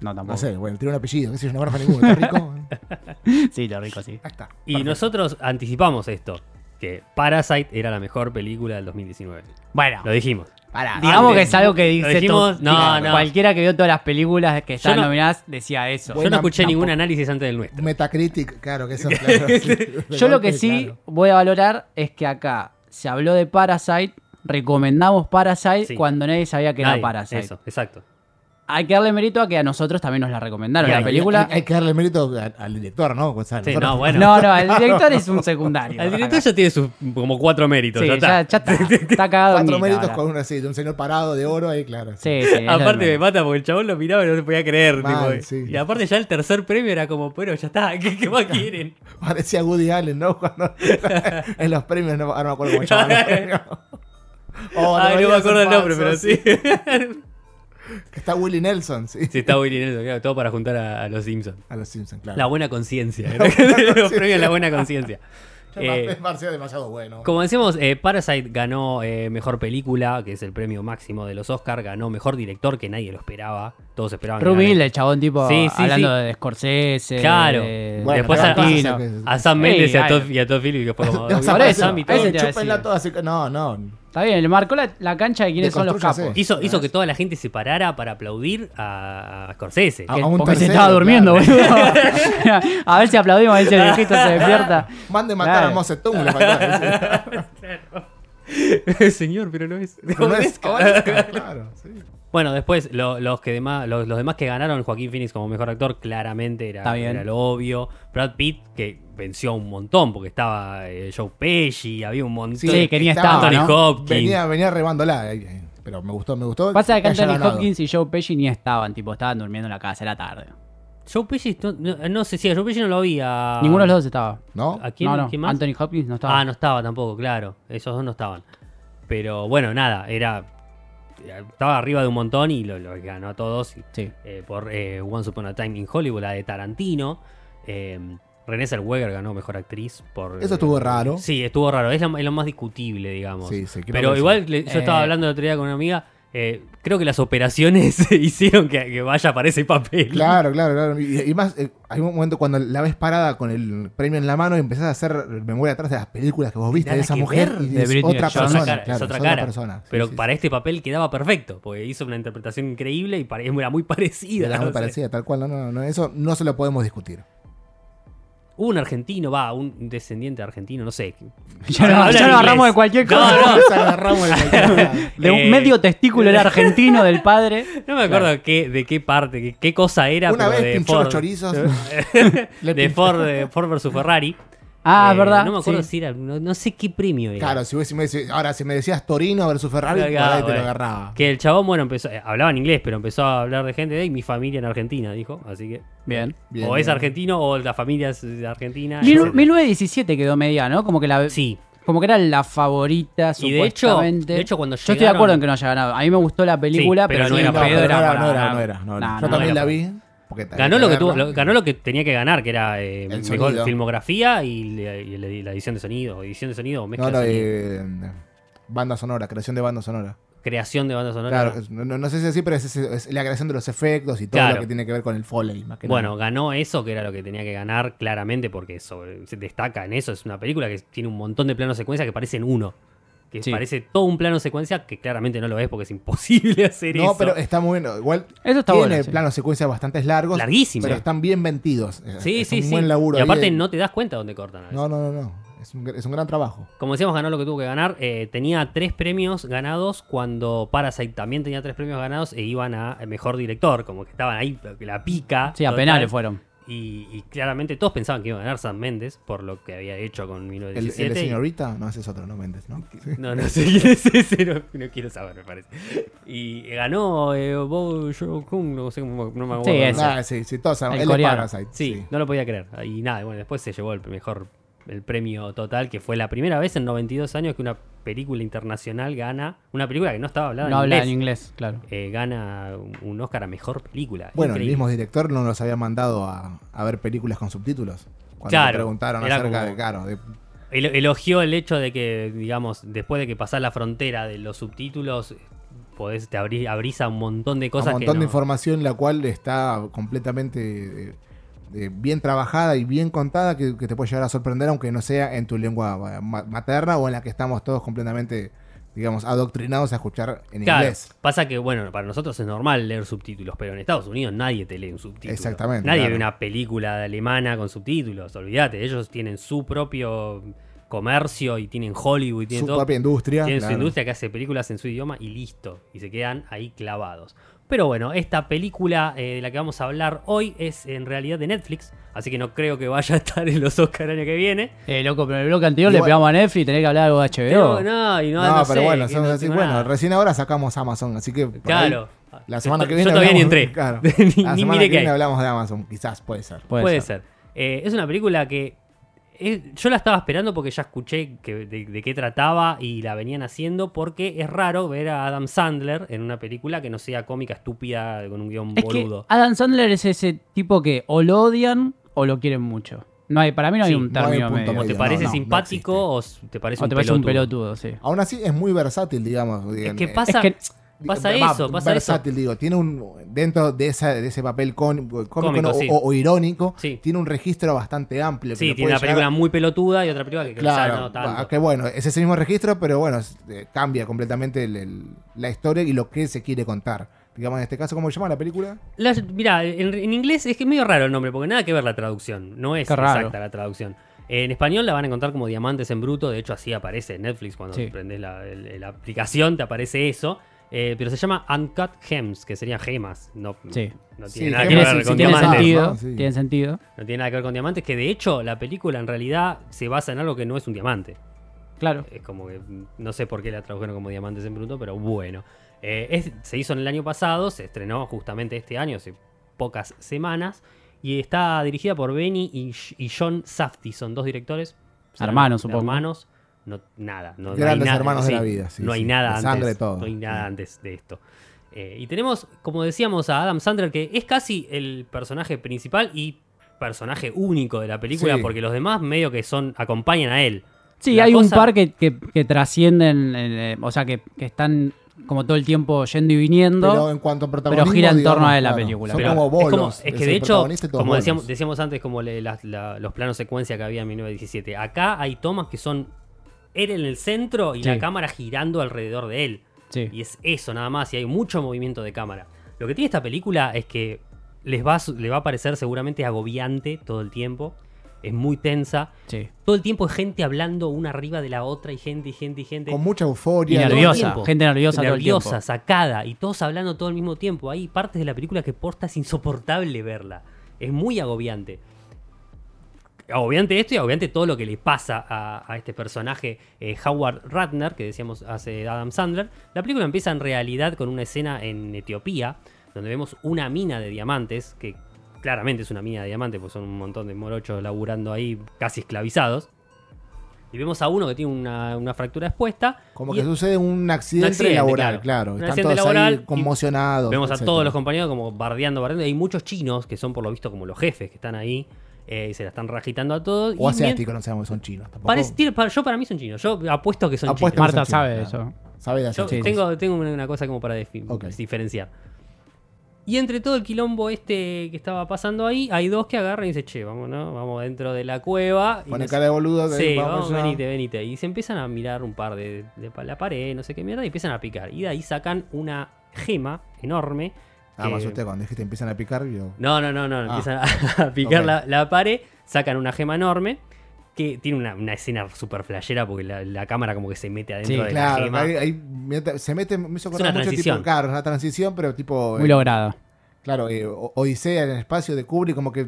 Speaker 1: No, tampoco.
Speaker 3: No sé, bueno, tiene un apellido, qué sé yo, no conozco ninguno. ¿Está rico? Ahí
Speaker 1: Sí, lo rico, sí.
Speaker 3: está.
Speaker 2: Y nosotros anticipamos esto, que Parasite era la mejor película del 2019.
Speaker 1: Bueno.
Speaker 2: Lo dijimos.
Speaker 3: Pará,
Speaker 1: Digamos
Speaker 2: antes-
Speaker 1: que es algo que
Speaker 2: Lo
Speaker 1: dice
Speaker 2: dijimos,
Speaker 1: to-
Speaker 2: no,
Speaker 1: dice-
Speaker 2: no.
Speaker 1: cualquiera que vio todas las películas que estaban
Speaker 2: no-
Speaker 1: nominadas decía eso.
Speaker 3: Bueno,
Speaker 2: Yo no escuché
Speaker 3: tampoco.
Speaker 2: ningún análisis antes del nuestro.
Speaker 3: Metacritic, claro que eso. claro, sí, de
Speaker 1: Yo lo
Speaker 3: golpe,
Speaker 1: que sí
Speaker 3: claro.
Speaker 1: voy a valorar es que acá se habló de Parasite, recomendamos Parasite
Speaker 2: Sí.
Speaker 1: cuando nadie sabía que
Speaker 2: Nadie,
Speaker 1: era Parasite.
Speaker 2: Eso, exacto.
Speaker 1: Hay que darle mérito a que a nosotros también nos la recomendaron
Speaker 2: Y
Speaker 1: la
Speaker 2: hay-
Speaker 1: película.
Speaker 3: Hay, hay que darle mérito al, al director, ¿no? O sea,
Speaker 2: Sí,
Speaker 3: nosotros-
Speaker 2: no, bueno.
Speaker 1: No, no, el director es un secundario.
Speaker 2: El director ya tiene sus como cuatro méritos.
Speaker 1: Sí,
Speaker 2: ya
Speaker 1: ya,
Speaker 2: está.
Speaker 1: ya está, está cagado. en
Speaker 3: Cuatro
Speaker 1: guita
Speaker 3: méritos
Speaker 1: ahora.
Speaker 3: con una, sí, de un señor parado de oro ahí, claro.
Speaker 1: Sí, sí, es lo de
Speaker 2: Aparte me
Speaker 1: menos.
Speaker 2: mata porque el chabón lo miraba y no se podía creer.
Speaker 3: Mal,
Speaker 2: tipo, eh.
Speaker 3: sí.
Speaker 2: Y aparte ya el tercer premio era como, pero ya está, ¿qué, qué más quieren?
Speaker 3: Parecía Woody Allen, ¿no? Cuando, en los premios, no, ahora no me acuerdo cómo se llamaba. Oh,
Speaker 2: Ay, Ah, no me
Speaker 3: deberías
Speaker 2: acuerdo el
Speaker 3: ser
Speaker 2: nombre,
Speaker 3: falso,
Speaker 2: pero sí.
Speaker 3: Que está Willie Nelson, sí.
Speaker 2: Sí, está Willy Nelson, claro, todo para juntar a, a los Simpsons.
Speaker 3: A los Simpsons, claro.
Speaker 2: La buena conciencia. ¿no? los premios a la buena conciencia.
Speaker 3: Yo
Speaker 2: Eh,
Speaker 3: me parecía demasiado bueno.
Speaker 2: Como decíamos, eh, Parasite ganó eh, mejor película, que es el premio máximo de los Oscars. Ganó mejor director, que nadie lo esperaba. Todos esperaban. que
Speaker 1: Re humilde
Speaker 2: ganara.
Speaker 1: el chabón, tipo,
Speaker 2: Sí, sí,
Speaker 1: hablando
Speaker 2: sí.
Speaker 1: de Scorsese.
Speaker 2: Claro.
Speaker 1: de-
Speaker 3: Bueno,
Speaker 2: Después
Speaker 1: de
Speaker 2: a-
Speaker 1: Tarantino.
Speaker 3: pasa que-
Speaker 2: A Sam
Speaker 1: eh, Sí,
Speaker 2: Mendes y a
Speaker 1: ay.
Speaker 2: Todd, y a Todd Phillips, que fue como.
Speaker 3: O sea,
Speaker 1: por
Speaker 2: "Bueno,
Speaker 1: eso,
Speaker 2: Sam y todo".
Speaker 1: eso
Speaker 3: ese
Speaker 1: te iba a
Speaker 3: chúpenla
Speaker 1: decir.
Speaker 3: toda, así que- No, no.
Speaker 1: Está bien, le marcó la, la cancha de quiénes son los capos.
Speaker 3: Deconstrúyase.
Speaker 2: Hizo, hizo que toda la gente se parara para aplaudir a, a Scorsese.
Speaker 3: Ah,
Speaker 1: Que-
Speaker 3: a un
Speaker 1: porque se
Speaker 3: tercero,
Speaker 1: estaba durmiendo,
Speaker 3: claro.
Speaker 1: boludo. a ver si aplaudimos, a ver si el viejito se despierta.
Speaker 3: Mande matar
Speaker 1: Claro.
Speaker 3: a Mosetung. le faltaba.
Speaker 2: Señor, pero no es.
Speaker 3: Pero no es Oresca, claro, sí.
Speaker 2: Bueno, después lo- los que demás, los, los demás que ganaron, Joaquín Phoenix como mejor actor, claramente era,
Speaker 1: Está bien.
Speaker 2: era lo obvio. Brad Pitt, que venció un montón, porque estaba eh, Joe Pesci, había un montón.
Speaker 1: Sí, que ni
Speaker 3: estaba,
Speaker 1: estaba,
Speaker 2: Anthony
Speaker 1: ¿no?
Speaker 2: Hopkins.
Speaker 3: Venía, venía rebándola. eh, eh, Pero me gustó, me gustó.
Speaker 1: Pasa que
Speaker 3: haya
Speaker 1: Anthony
Speaker 3: ganado.
Speaker 1: Hopkins y Joe Pesci ni estaban, tipo, estaban durmiendo en la casa, era tarde.
Speaker 2: Joe Pesci, no, no- no sé si a Joe Pesci no lo vi. A,
Speaker 1: Ninguno de los dos estaba.
Speaker 3: ¿No?
Speaker 2: ¿A Ah. quién,
Speaker 1: no, no,
Speaker 2: quién más?
Speaker 1: Anthony Hopkins no estaba.
Speaker 2: Ah, no estaba tampoco, claro. Esos dos no estaban. Pero bueno, nada, era. Estaba arriba de un montón y lo, lo ganó a todos. y
Speaker 1: Sí.
Speaker 2: eh, por eh, Once Upon a Time in Hollywood, la de Tarantino. Eh, Renée Zellweger ganó Mejor Actriz por... eh,
Speaker 3: Eso estuvo raro.
Speaker 2: Sí, estuvo raro. Es lo, es lo más discutible, digamos.
Speaker 3: Sí, sí, creo que
Speaker 2: Pero
Speaker 3: sí.
Speaker 2: igual le- yo
Speaker 1: Eh,
Speaker 2: estaba hablando el otro día con una amiga. eh, creo que las operaciones hicieron que, que vaya para ese papel.
Speaker 3: Claro, claro, claro. Y, y más, eh, hay un momento cuando la ves parada con el premio en la mano y empezás a hacer memoria atrás de las películas que vos viste
Speaker 2: Nada
Speaker 3: de esa
Speaker 2: que
Speaker 3: mujer
Speaker 2: ver
Speaker 3: y
Speaker 1: de
Speaker 3: es
Speaker 1: Britney
Speaker 3: otra
Speaker 1: Spears. Es
Speaker 3: persona.
Speaker 2: otra cara,
Speaker 3: claro,
Speaker 2: es otra
Speaker 3: otra
Speaker 2: cara.
Speaker 3: persona. Sí,
Speaker 2: Pero
Speaker 3: sí,
Speaker 2: para este papel quedaba perfecto, porque hizo una interpretación increíble y pare- era muy parecida.
Speaker 3: Era
Speaker 2: o
Speaker 3: muy
Speaker 2: sea.
Speaker 3: parecida, tal cual. No, no, no, eso no se lo podemos discutir.
Speaker 2: Hubo un argentino, va, un descendiente argentino, no sé.
Speaker 1: Ya,
Speaker 2: Habla
Speaker 1: lo- ya lo
Speaker 2: inglés.
Speaker 1: agarramos de cualquier
Speaker 2: No,
Speaker 1: cosa.
Speaker 2: no,
Speaker 3: Nos agarramos de cualquier lado.
Speaker 1: De un
Speaker 2: Eh,
Speaker 1: medio testículo era argentino del padre.
Speaker 2: No me acuerdo qué- de qué parte, qué, qué cosa era.
Speaker 3: Una
Speaker 2: pero
Speaker 3: vez
Speaker 2: de
Speaker 3: pinchó
Speaker 2: Ford.
Speaker 3: los chorizos. Le
Speaker 2: de
Speaker 3: pinchó.
Speaker 2: Ford, de Ford versus Ferrari.
Speaker 1: Ah,
Speaker 2: Eh,
Speaker 1: es verdad.
Speaker 2: No me acuerdo
Speaker 1: sí.
Speaker 2: si era, no, no sé qué premio era.
Speaker 3: Claro, si vos- si me decís- ahora si me decías Torino versus Ferrari, por
Speaker 2: Claro,
Speaker 3: ahí te lo
Speaker 2: bueno.
Speaker 3: agarraba.
Speaker 2: Que el chabón, bueno, empezó, eh, hablaba en inglés, pero empezó a hablar de gente de "Y mi familia en Argentina, dijo. Así que,
Speaker 1: Bien.
Speaker 3: Bien,
Speaker 2: o es
Speaker 3: bien.
Speaker 2: argentino o la familia es de Argentina.
Speaker 1: Mil-
Speaker 2: etcétera.
Speaker 1: 1917 quedó media, ¿no? Como que la
Speaker 2: Ah, Sí,
Speaker 1: como que era la favorita
Speaker 2: Y de hecho-
Speaker 1: supuestamente.
Speaker 2: de hecho, cuando
Speaker 1: Yo estoy de
Speaker 2: llegaron-
Speaker 1: acuerdo en que no haya ganado. A mí me gustó la película,
Speaker 2: pero
Speaker 1: pero,
Speaker 2: no
Speaker 1: ni
Speaker 2: era
Speaker 1: en
Speaker 2: para-
Speaker 1: pedo
Speaker 3: no
Speaker 1: era
Speaker 3: era,
Speaker 1: para
Speaker 3: no era,
Speaker 1: ganar.
Speaker 3: no era, no era.
Speaker 1: No,
Speaker 3: Yo
Speaker 1: no,
Speaker 3: también
Speaker 2: era
Speaker 3: la
Speaker 2: para-
Speaker 3: vi. porque tal-
Speaker 2: ganó lo que tuvo,
Speaker 3: verla.
Speaker 2: lo- ganó lo que tenía que ganar, que era eh,
Speaker 3: El
Speaker 2: mejor
Speaker 3: sonido.
Speaker 2: filmografía y, le- y le- la edición de sonido, o edición de sonido, o mezcla
Speaker 3: No, no,
Speaker 2: de sonido.
Speaker 3: eh, banda sonora, creación de banda sonora.
Speaker 2: creación de banda sonora.
Speaker 3: Claro, es- no, no- no sé si así, pero es, es- es la creación de los efectos y todo
Speaker 2: Claro.
Speaker 3: lo que tiene que ver con el foley. Más que
Speaker 2: Bueno,
Speaker 3: nada.
Speaker 2: ganó eso, que era lo que tenía que ganar claramente, porque sobre- se destaca en eso. Es una película que tiene un montón de planos secuencia que parecen uno. Que
Speaker 1: Sí.
Speaker 2: parece todo un plano secuencia que claramente no lo es porque es imposible hacer
Speaker 3: no,
Speaker 2: eso.
Speaker 3: pero está muy bueno. Igual
Speaker 1: Eso está
Speaker 3: tiene
Speaker 1: bueno, sí.
Speaker 3: planos secuencias bastante largos.
Speaker 2: Larguísimo.
Speaker 3: Pero están bien vendidos. Es-
Speaker 2: sí,
Speaker 3: es
Speaker 2: sí,
Speaker 3: un
Speaker 2: sí.
Speaker 3: buen laburo.
Speaker 2: y
Speaker 3: ahí
Speaker 2: aparte
Speaker 3: de-
Speaker 2: no te das cuenta dónde cortan. a veces.
Speaker 3: No, no, no. no. Es, un, es un gran trabajo.
Speaker 2: Como decíamos, ganó lo que tuvo que ganar. Eh, tenía tres premios ganados cuando Parasite también tenía tres premios ganados e iban a mejor director, como que estaban ahí, la pica.
Speaker 1: Sí, a
Speaker 2: total.
Speaker 1: penales fueron.
Speaker 2: Y, y claramente todos pensaban que iba a ganar Sam Méndez por lo que había hecho con
Speaker 3: El, el
Speaker 2: 1917.
Speaker 3: de
Speaker 2: y-
Speaker 3: señorita, no, ese es otro, no Méndez, ¿no? Sí.
Speaker 2: No, no sé quién es ese, no, no quiero saber, me parece. Y ganó eh, Bo Yo Kung, no sé cómo no me acuerdo.
Speaker 1: Sí, ese.
Speaker 3: Ah, sí, sí, todos sabemos.
Speaker 1: El
Speaker 3: Él es
Speaker 1: coreano.
Speaker 3: Parasite,
Speaker 2: Sí,
Speaker 3: sí.
Speaker 2: no lo podía creer. Y nada, bueno, después se llevó el mejor el premio total, que fue la primera vez en 92 años que una película internacional gana, una película que no estaba hablada
Speaker 1: No
Speaker 2: en
Speaker 1: habla en
Speaker 2: inglés,
Speaker 1: inglés, claro.
Speaker 2: eh, gana un Oscar a mejor película.
Speaker 3: Bueno,
Speaker 2: Increíble.
Speaker 3: el mismo director no nos había mandado a, a ver películas con subtítulos. Cuando
Speaker 2: Claro,
Speaker 3: le preguntaron
Speaker 2: era
Speaker 3: acerca
Speaker 2: como-
Speaker 3: de, claro, de-
Speaker 2: El- elogió el hecho de que, digamos, después de que pasás la frontera de los subtítulos, podés, te abrí, abrís a un montón de cosas
Speaker 3: un montón
Speaker 2: que
Speaker 3: de
Speaker 2: no-
Speaker 3: información la cual está completamente eh, eh, bien trabajada y bien contada que, que te puede llegar a sorprender aunque no sea en tu lengua eh, ma- materna o en la que estamos todos completamente, digamos, adoctrinados a escuchar en
Speaker 2: Claro,
Speaker 3: inglés.
Speaker 2: pasa que, bueno, para nosotros es normal leer subtítulos, pero en Estados Unidos nadie te lee un subtítulo.
Speaker 3: Exactamente,
Speaker 2: Nadie
Speaker 3: claro.
Speaker 2: ve una película alemana con subtítulos, olvídate. Ellos tienen su propio comercio y tienen Hollywood y tienen
Speaker 3: Su
Speaker 2: todo.
Speaker 3: propia industria.
Speaker 2: tienen
Speaker 3: claro.
Speaker 2: su industria que hace películas en su idioma y listo. Y se quedan ahí clavados. Pero bueno, esta película eh, de la que vamos a hablar hoy es en realidad de Netflix, así que no creo que vaya a estar en los Oscar el año que viene.
Speaker 1: Eh, loco, pero en el bloque anterior le
Speaker 3: Igual-
Speaker 1: pegamos a Netflix, tenés que hablar algo de HBO.
Speaker 2: Pero no, y no,
Speaker 3: No,
Speaker 2: no
Speaker 3: pero
Speaker 2: sé,
Speaker 3: bueno,
Speaker 2: que
Speaker 3: son
Speaker 2: no
Speaker 3: así,
Speaker 2: tengo
Speaker 3: bueno,
Speaker 2: nada.
Speaker 3: recién ahora sacamos Amazon, así que... por ahí,
Speaker 2: Claro.
Speaker 3: la semana
Speaker 2: Yo-
Speaker 3: que viene
Speaker 2: Yo todavía ni
Speaker 3: hablamos-
Speaker 2: entré.
Speaker 3: claro,
Speaker 2: Ni- ni
Speaker 3: la semana
Speaker 2: miré
Speaker 3: que
Speaker 2: qué hay.
Speaker 3: viene hablamos de Amazon, quizás puede ser.
Speaker 1: Puede,
Speaker 2: Puede
Speaker 1: ser.
Speaker 2: ser. Eh, es una película que es- yo la estaba esperando porque ya escuché que- de, de qué trataba y la venían haciendo porque es raro ver a Adam Sandler en una película que no sea cómica estúpida con un guión
Speaker 1: Es
Speaker 2: boludo.
Speaker 1: que Adam Sandler es ese tipo que o lo odian o lo quieren mucho. No hay, para mí no hay
Speaker 2: Sí,
Speaker 1: un
Speaker 3: no hay un
Speaker 1: término
Speaker 3: punto
Speaker 1: medio.
Speaker 2: o te
Speaker 3: no,
Speaker 2: parece
Speaker 3: no, no
Speaker 2: simpático o s- te parece,
Speaker 1: O
Speaker 2: un,
Speaker 1: te parece un
Speaker 2: pelotudo.
Speaker 1: pelotudo, sí.
Speaker 3: Aún así es muy versátil, digamos.
Speaker 2: Es
Speaker 3: digan,
Speaker 2: que
Speaker 3: eh,
Speaker 2: pasa,
Speaker 1: que-
Speaker 2: pasa
Speaker 3: Va,
Speaker 2: eso, pasa
Speaker 3: versátil, digo, tiene un dentro de esa de ese papel con- cómico,
Speaker 2: Cómico,
Speaker 3: ¿no? o,
Speaker 2: sí.
Speaker 3: o- o irónico,
Speaker 2: Sí.
Speaker 3: tiene un registro bastante amplio.
Speaker 2: eso. Sí,
Speaker 3: lo
Speaker 2: tiene
Speaker 3: puede
Speaker 2: una película
Speaker 3: llegar-
Speaker 2: muy pelotuda y otra película que quizá
Speaker 3: Claro,
Speaker 2: no tanto.
Speaker 3: va, que bueno, es ese mismo registro, pero bueno, es- eh, cambia completamente el- el- la historia y lo que se quiere contar. Digamos, en este caso, ¿cómo se llama la película?
Speaker 2: La- mirá, en, en inglés es que es medio raro el nombre, porque nada que ver la traducción. No es
Speaker 1: Qué raro.
Speaker 2: exacta la traducción. En español la van a encontrar como Diamantes en Bruto. De hecho, así aparece en Netflix cuando
Speaker 1: Sí.
Speaker 2: prendes la, el- la aplicación, te aparece eso. Eh, pero se llama Uncut Gems, que serían gemas. No,
Speaker 1: Sí.
Speaker 2: no tiene
Speaker 3: Sí,
Speaker 2: nada que
Speaker 1: Tiene,
Speaker 3: gemas,
Speaker 2: ver
Speaker 1: sí,
Speaker 2: con
Speaker 1: tiene
Speaker 2: diamantes.
Speaker 1: sentido,
Speaker 3: ¿no? Sí.
Speaker 1: tiene sentido.
Speaker 2: No tiene nada que ver con diamantes. Que de hecho, la película en realidad se basa en algo que no es un diamante.
Speaker 1: Claro.
Speaker 2: Es como que mm, no sé por qué la tradujeron como Diamantes en Bruto, pero bueno. Eh, es- se hizo en el año pasado, se estrenó justamente este año, hace pocas semanas, y está dirigida por Benny y, Sh- y John Safdie, son dos directores.
Speaker 1: Hermanos, supongo.
Speaker 2: Hermanos, no, nada. No, no hay
Speaker 3: Grandes
Speaker 2: nada,
Speaker 3: hermanos de
Speaker 2: sí,
Speaker 3: la vida, sí,
Speaker 2: no hay
Speaker 3: sí.
Speaker 2: nada
Speaker 3: De
Speaker 2: antes.
Speaker 3: sangre todo.
Speaker 2: No hay nada
Speaker 3: Sí.
Speaker 2: antes de esto. Eh, y tenemos, como decíamos, a Adam Sandler, que es casi el personaje principal y personaje único de la película,
Speaker 3: Sí.
Speaker 2: porque los demás medio que son, acompañan a él.
Speaker 1: Sí,
Speaker 2: La
Speaker 1: hay un
Speaker 2: cosa-
Speaker 1: par que, que- que trascienden, eh, o sea, que, que están como todo el tiempo yendo y viniendo.
Speaker 3: Pero en cuanto a protagonismo,
Speaker 1: gira en
Speaker 3: digamos,
Speaker 1: torno a la película,
Speaker 3: Son
Speaker 1: claro.
Speaker 3: como
Speaker 2: es, como-
Speaker 3: bolos.
Speaker 2: es que
Speaker 3: el
Speaker 2: de hecho,
Speaker 3: protagonista y todos
Speaker 2: como
Speaker 3: bolos.
Speaker 2: decíamos, decíamos antes, como le- las- la- los planos secuencia que había en 1917, acá hay tomas que son él en el centro y la
Speaker 1: Sí.
Speaker 2: cámara girando alrededor de él.
Speaker 1: Sí.
Speaker 2: Y es eso nada más, y hay mucho movimiento de cámara. Lo que tiene esta película es que les va, a su- le va a parecer seguramente agobiante todo el tiempo. Es muy tensa.
Speaker 1: sí.
Speaker 2: Todo el tiempo es gente hablando una arriba de la otra y gente y gente y gente.
Speaker 3: Con mucha
Speaker 1: Y
Speaker 3: euforia.
Speaker 2: todo el
Speaker 1: nerviosa,
Speaker 2: tiempo.
Speaker 1: gente nerviosa, todo
Speaker 2: nerviosa,
Speaker 1: el tiempo.
Speaker 2: sacada y todos hablando todo al mismo tiempo. Hay partes de la película que porta es insoportable verla. Es muy agobiante. Agobiante esto y agobiante todo lo que le pasa a, a este personaje eh, Howard Ratner, que decíamos hace Adam Sandler. La película empieza en realidad con una escena en Etiopía, donde vemos una mina de diamantes, que claramente es una mina de diamantes, pues son un montón de morochos laburando ahí casi esclavizados. Y vemos a uno que tiene una, una fractura expuesta.
Speaker 3: Como
Speaker 2: y
Speaker 3: que sucede un accidente,
Speaker 2: accidente, claro.
Speaker 3: laboral, claro.
Speaker 2: Un
Speaker 3: Están
Speaker 2: accidente
Speaker 3: todos
Speaker 2: laboral
Speaker 3: ahí conmocionados.
Speaker 2: Vemos a
Speaker 3: etcétera.
Speaker 2: todos los compañeros como bardeando, bardeando. Hay muchos chinos que son por lo visto como los jefes que están ahí eh, y se la están ragitando a todos. Y
Speaker 3: O
Speaker 2: mien-
Speaker 3: asiáticos, no sabemos si son chinos. Tampoco.
Speaker 2: parece- tiene- para- yo para mí son chinos. Yo apuesto que son
Speaker 3: Apuesto
Speaker 2: chinos.
Speaker 3: que
Speaker 1: Marta
Speaker 3: son chinos,
Speaker 1: sabe
Speaker 3: claro.
Speaker 1: eso.
Speaker 3: Sabe de
Speaker 2: Yo
Speaker 3: asiáticos.
Speaker 2: tengo, tengo una una cosa como para defi-
Speaker 3: Ok.
Speaker 2: diferenciar. Y entre todo el quilombo este que estaba pasando ahí, hay dos que agarran y dicen, che, vamos, ¿no? Vamos dentro de la cueva. y
Speaker 3: Pone
Speaker 2: nos-
Speaker 3: cara de boludo.
Speaker 2: Sí,
Speaker 3: ahí,
Speaker 2: vamos,
Speaker 3: allá.
Speaker 2: venite, venite. Y se empiezan a mirar un par de, de pa- la pared, no sé qué mierda, y empiezan a picar. Y de ahí sacan una gema enorme.
Speaker 3: Ah, me
Speaker 2: que-
Speaker 3: asusté cuando dijiste empiezan a picar. Yo...
Speaker 2: No, no, no, no.
Speaker 3: Ah.
Speaker 2: Empiezan a, a picar la, la pared, sacan una gema enorme. Que tiene una, una escena super flashera porque la, la cámara como que se mete adentro
Speaker 1: Sí,
Speaker 2: de la
Speaker 3: Claro,
Speaker 2: gema.
Speaker 3: ahí, ahí mientras- se mete, me hizo
Speaker 2: Es
Speaker 3: acordar
Speaker 2: una
Speaker 3: mucho
Speaker 2: transición.
Speaker 3: tipo, claro, es una transición, pero tipo,
Speaker 1: Muy
Speaker 3: eh,
Speaker 1: logrado.
Speaker 3: claro, eh, O- Odisea en el espacio de Kubrick, como que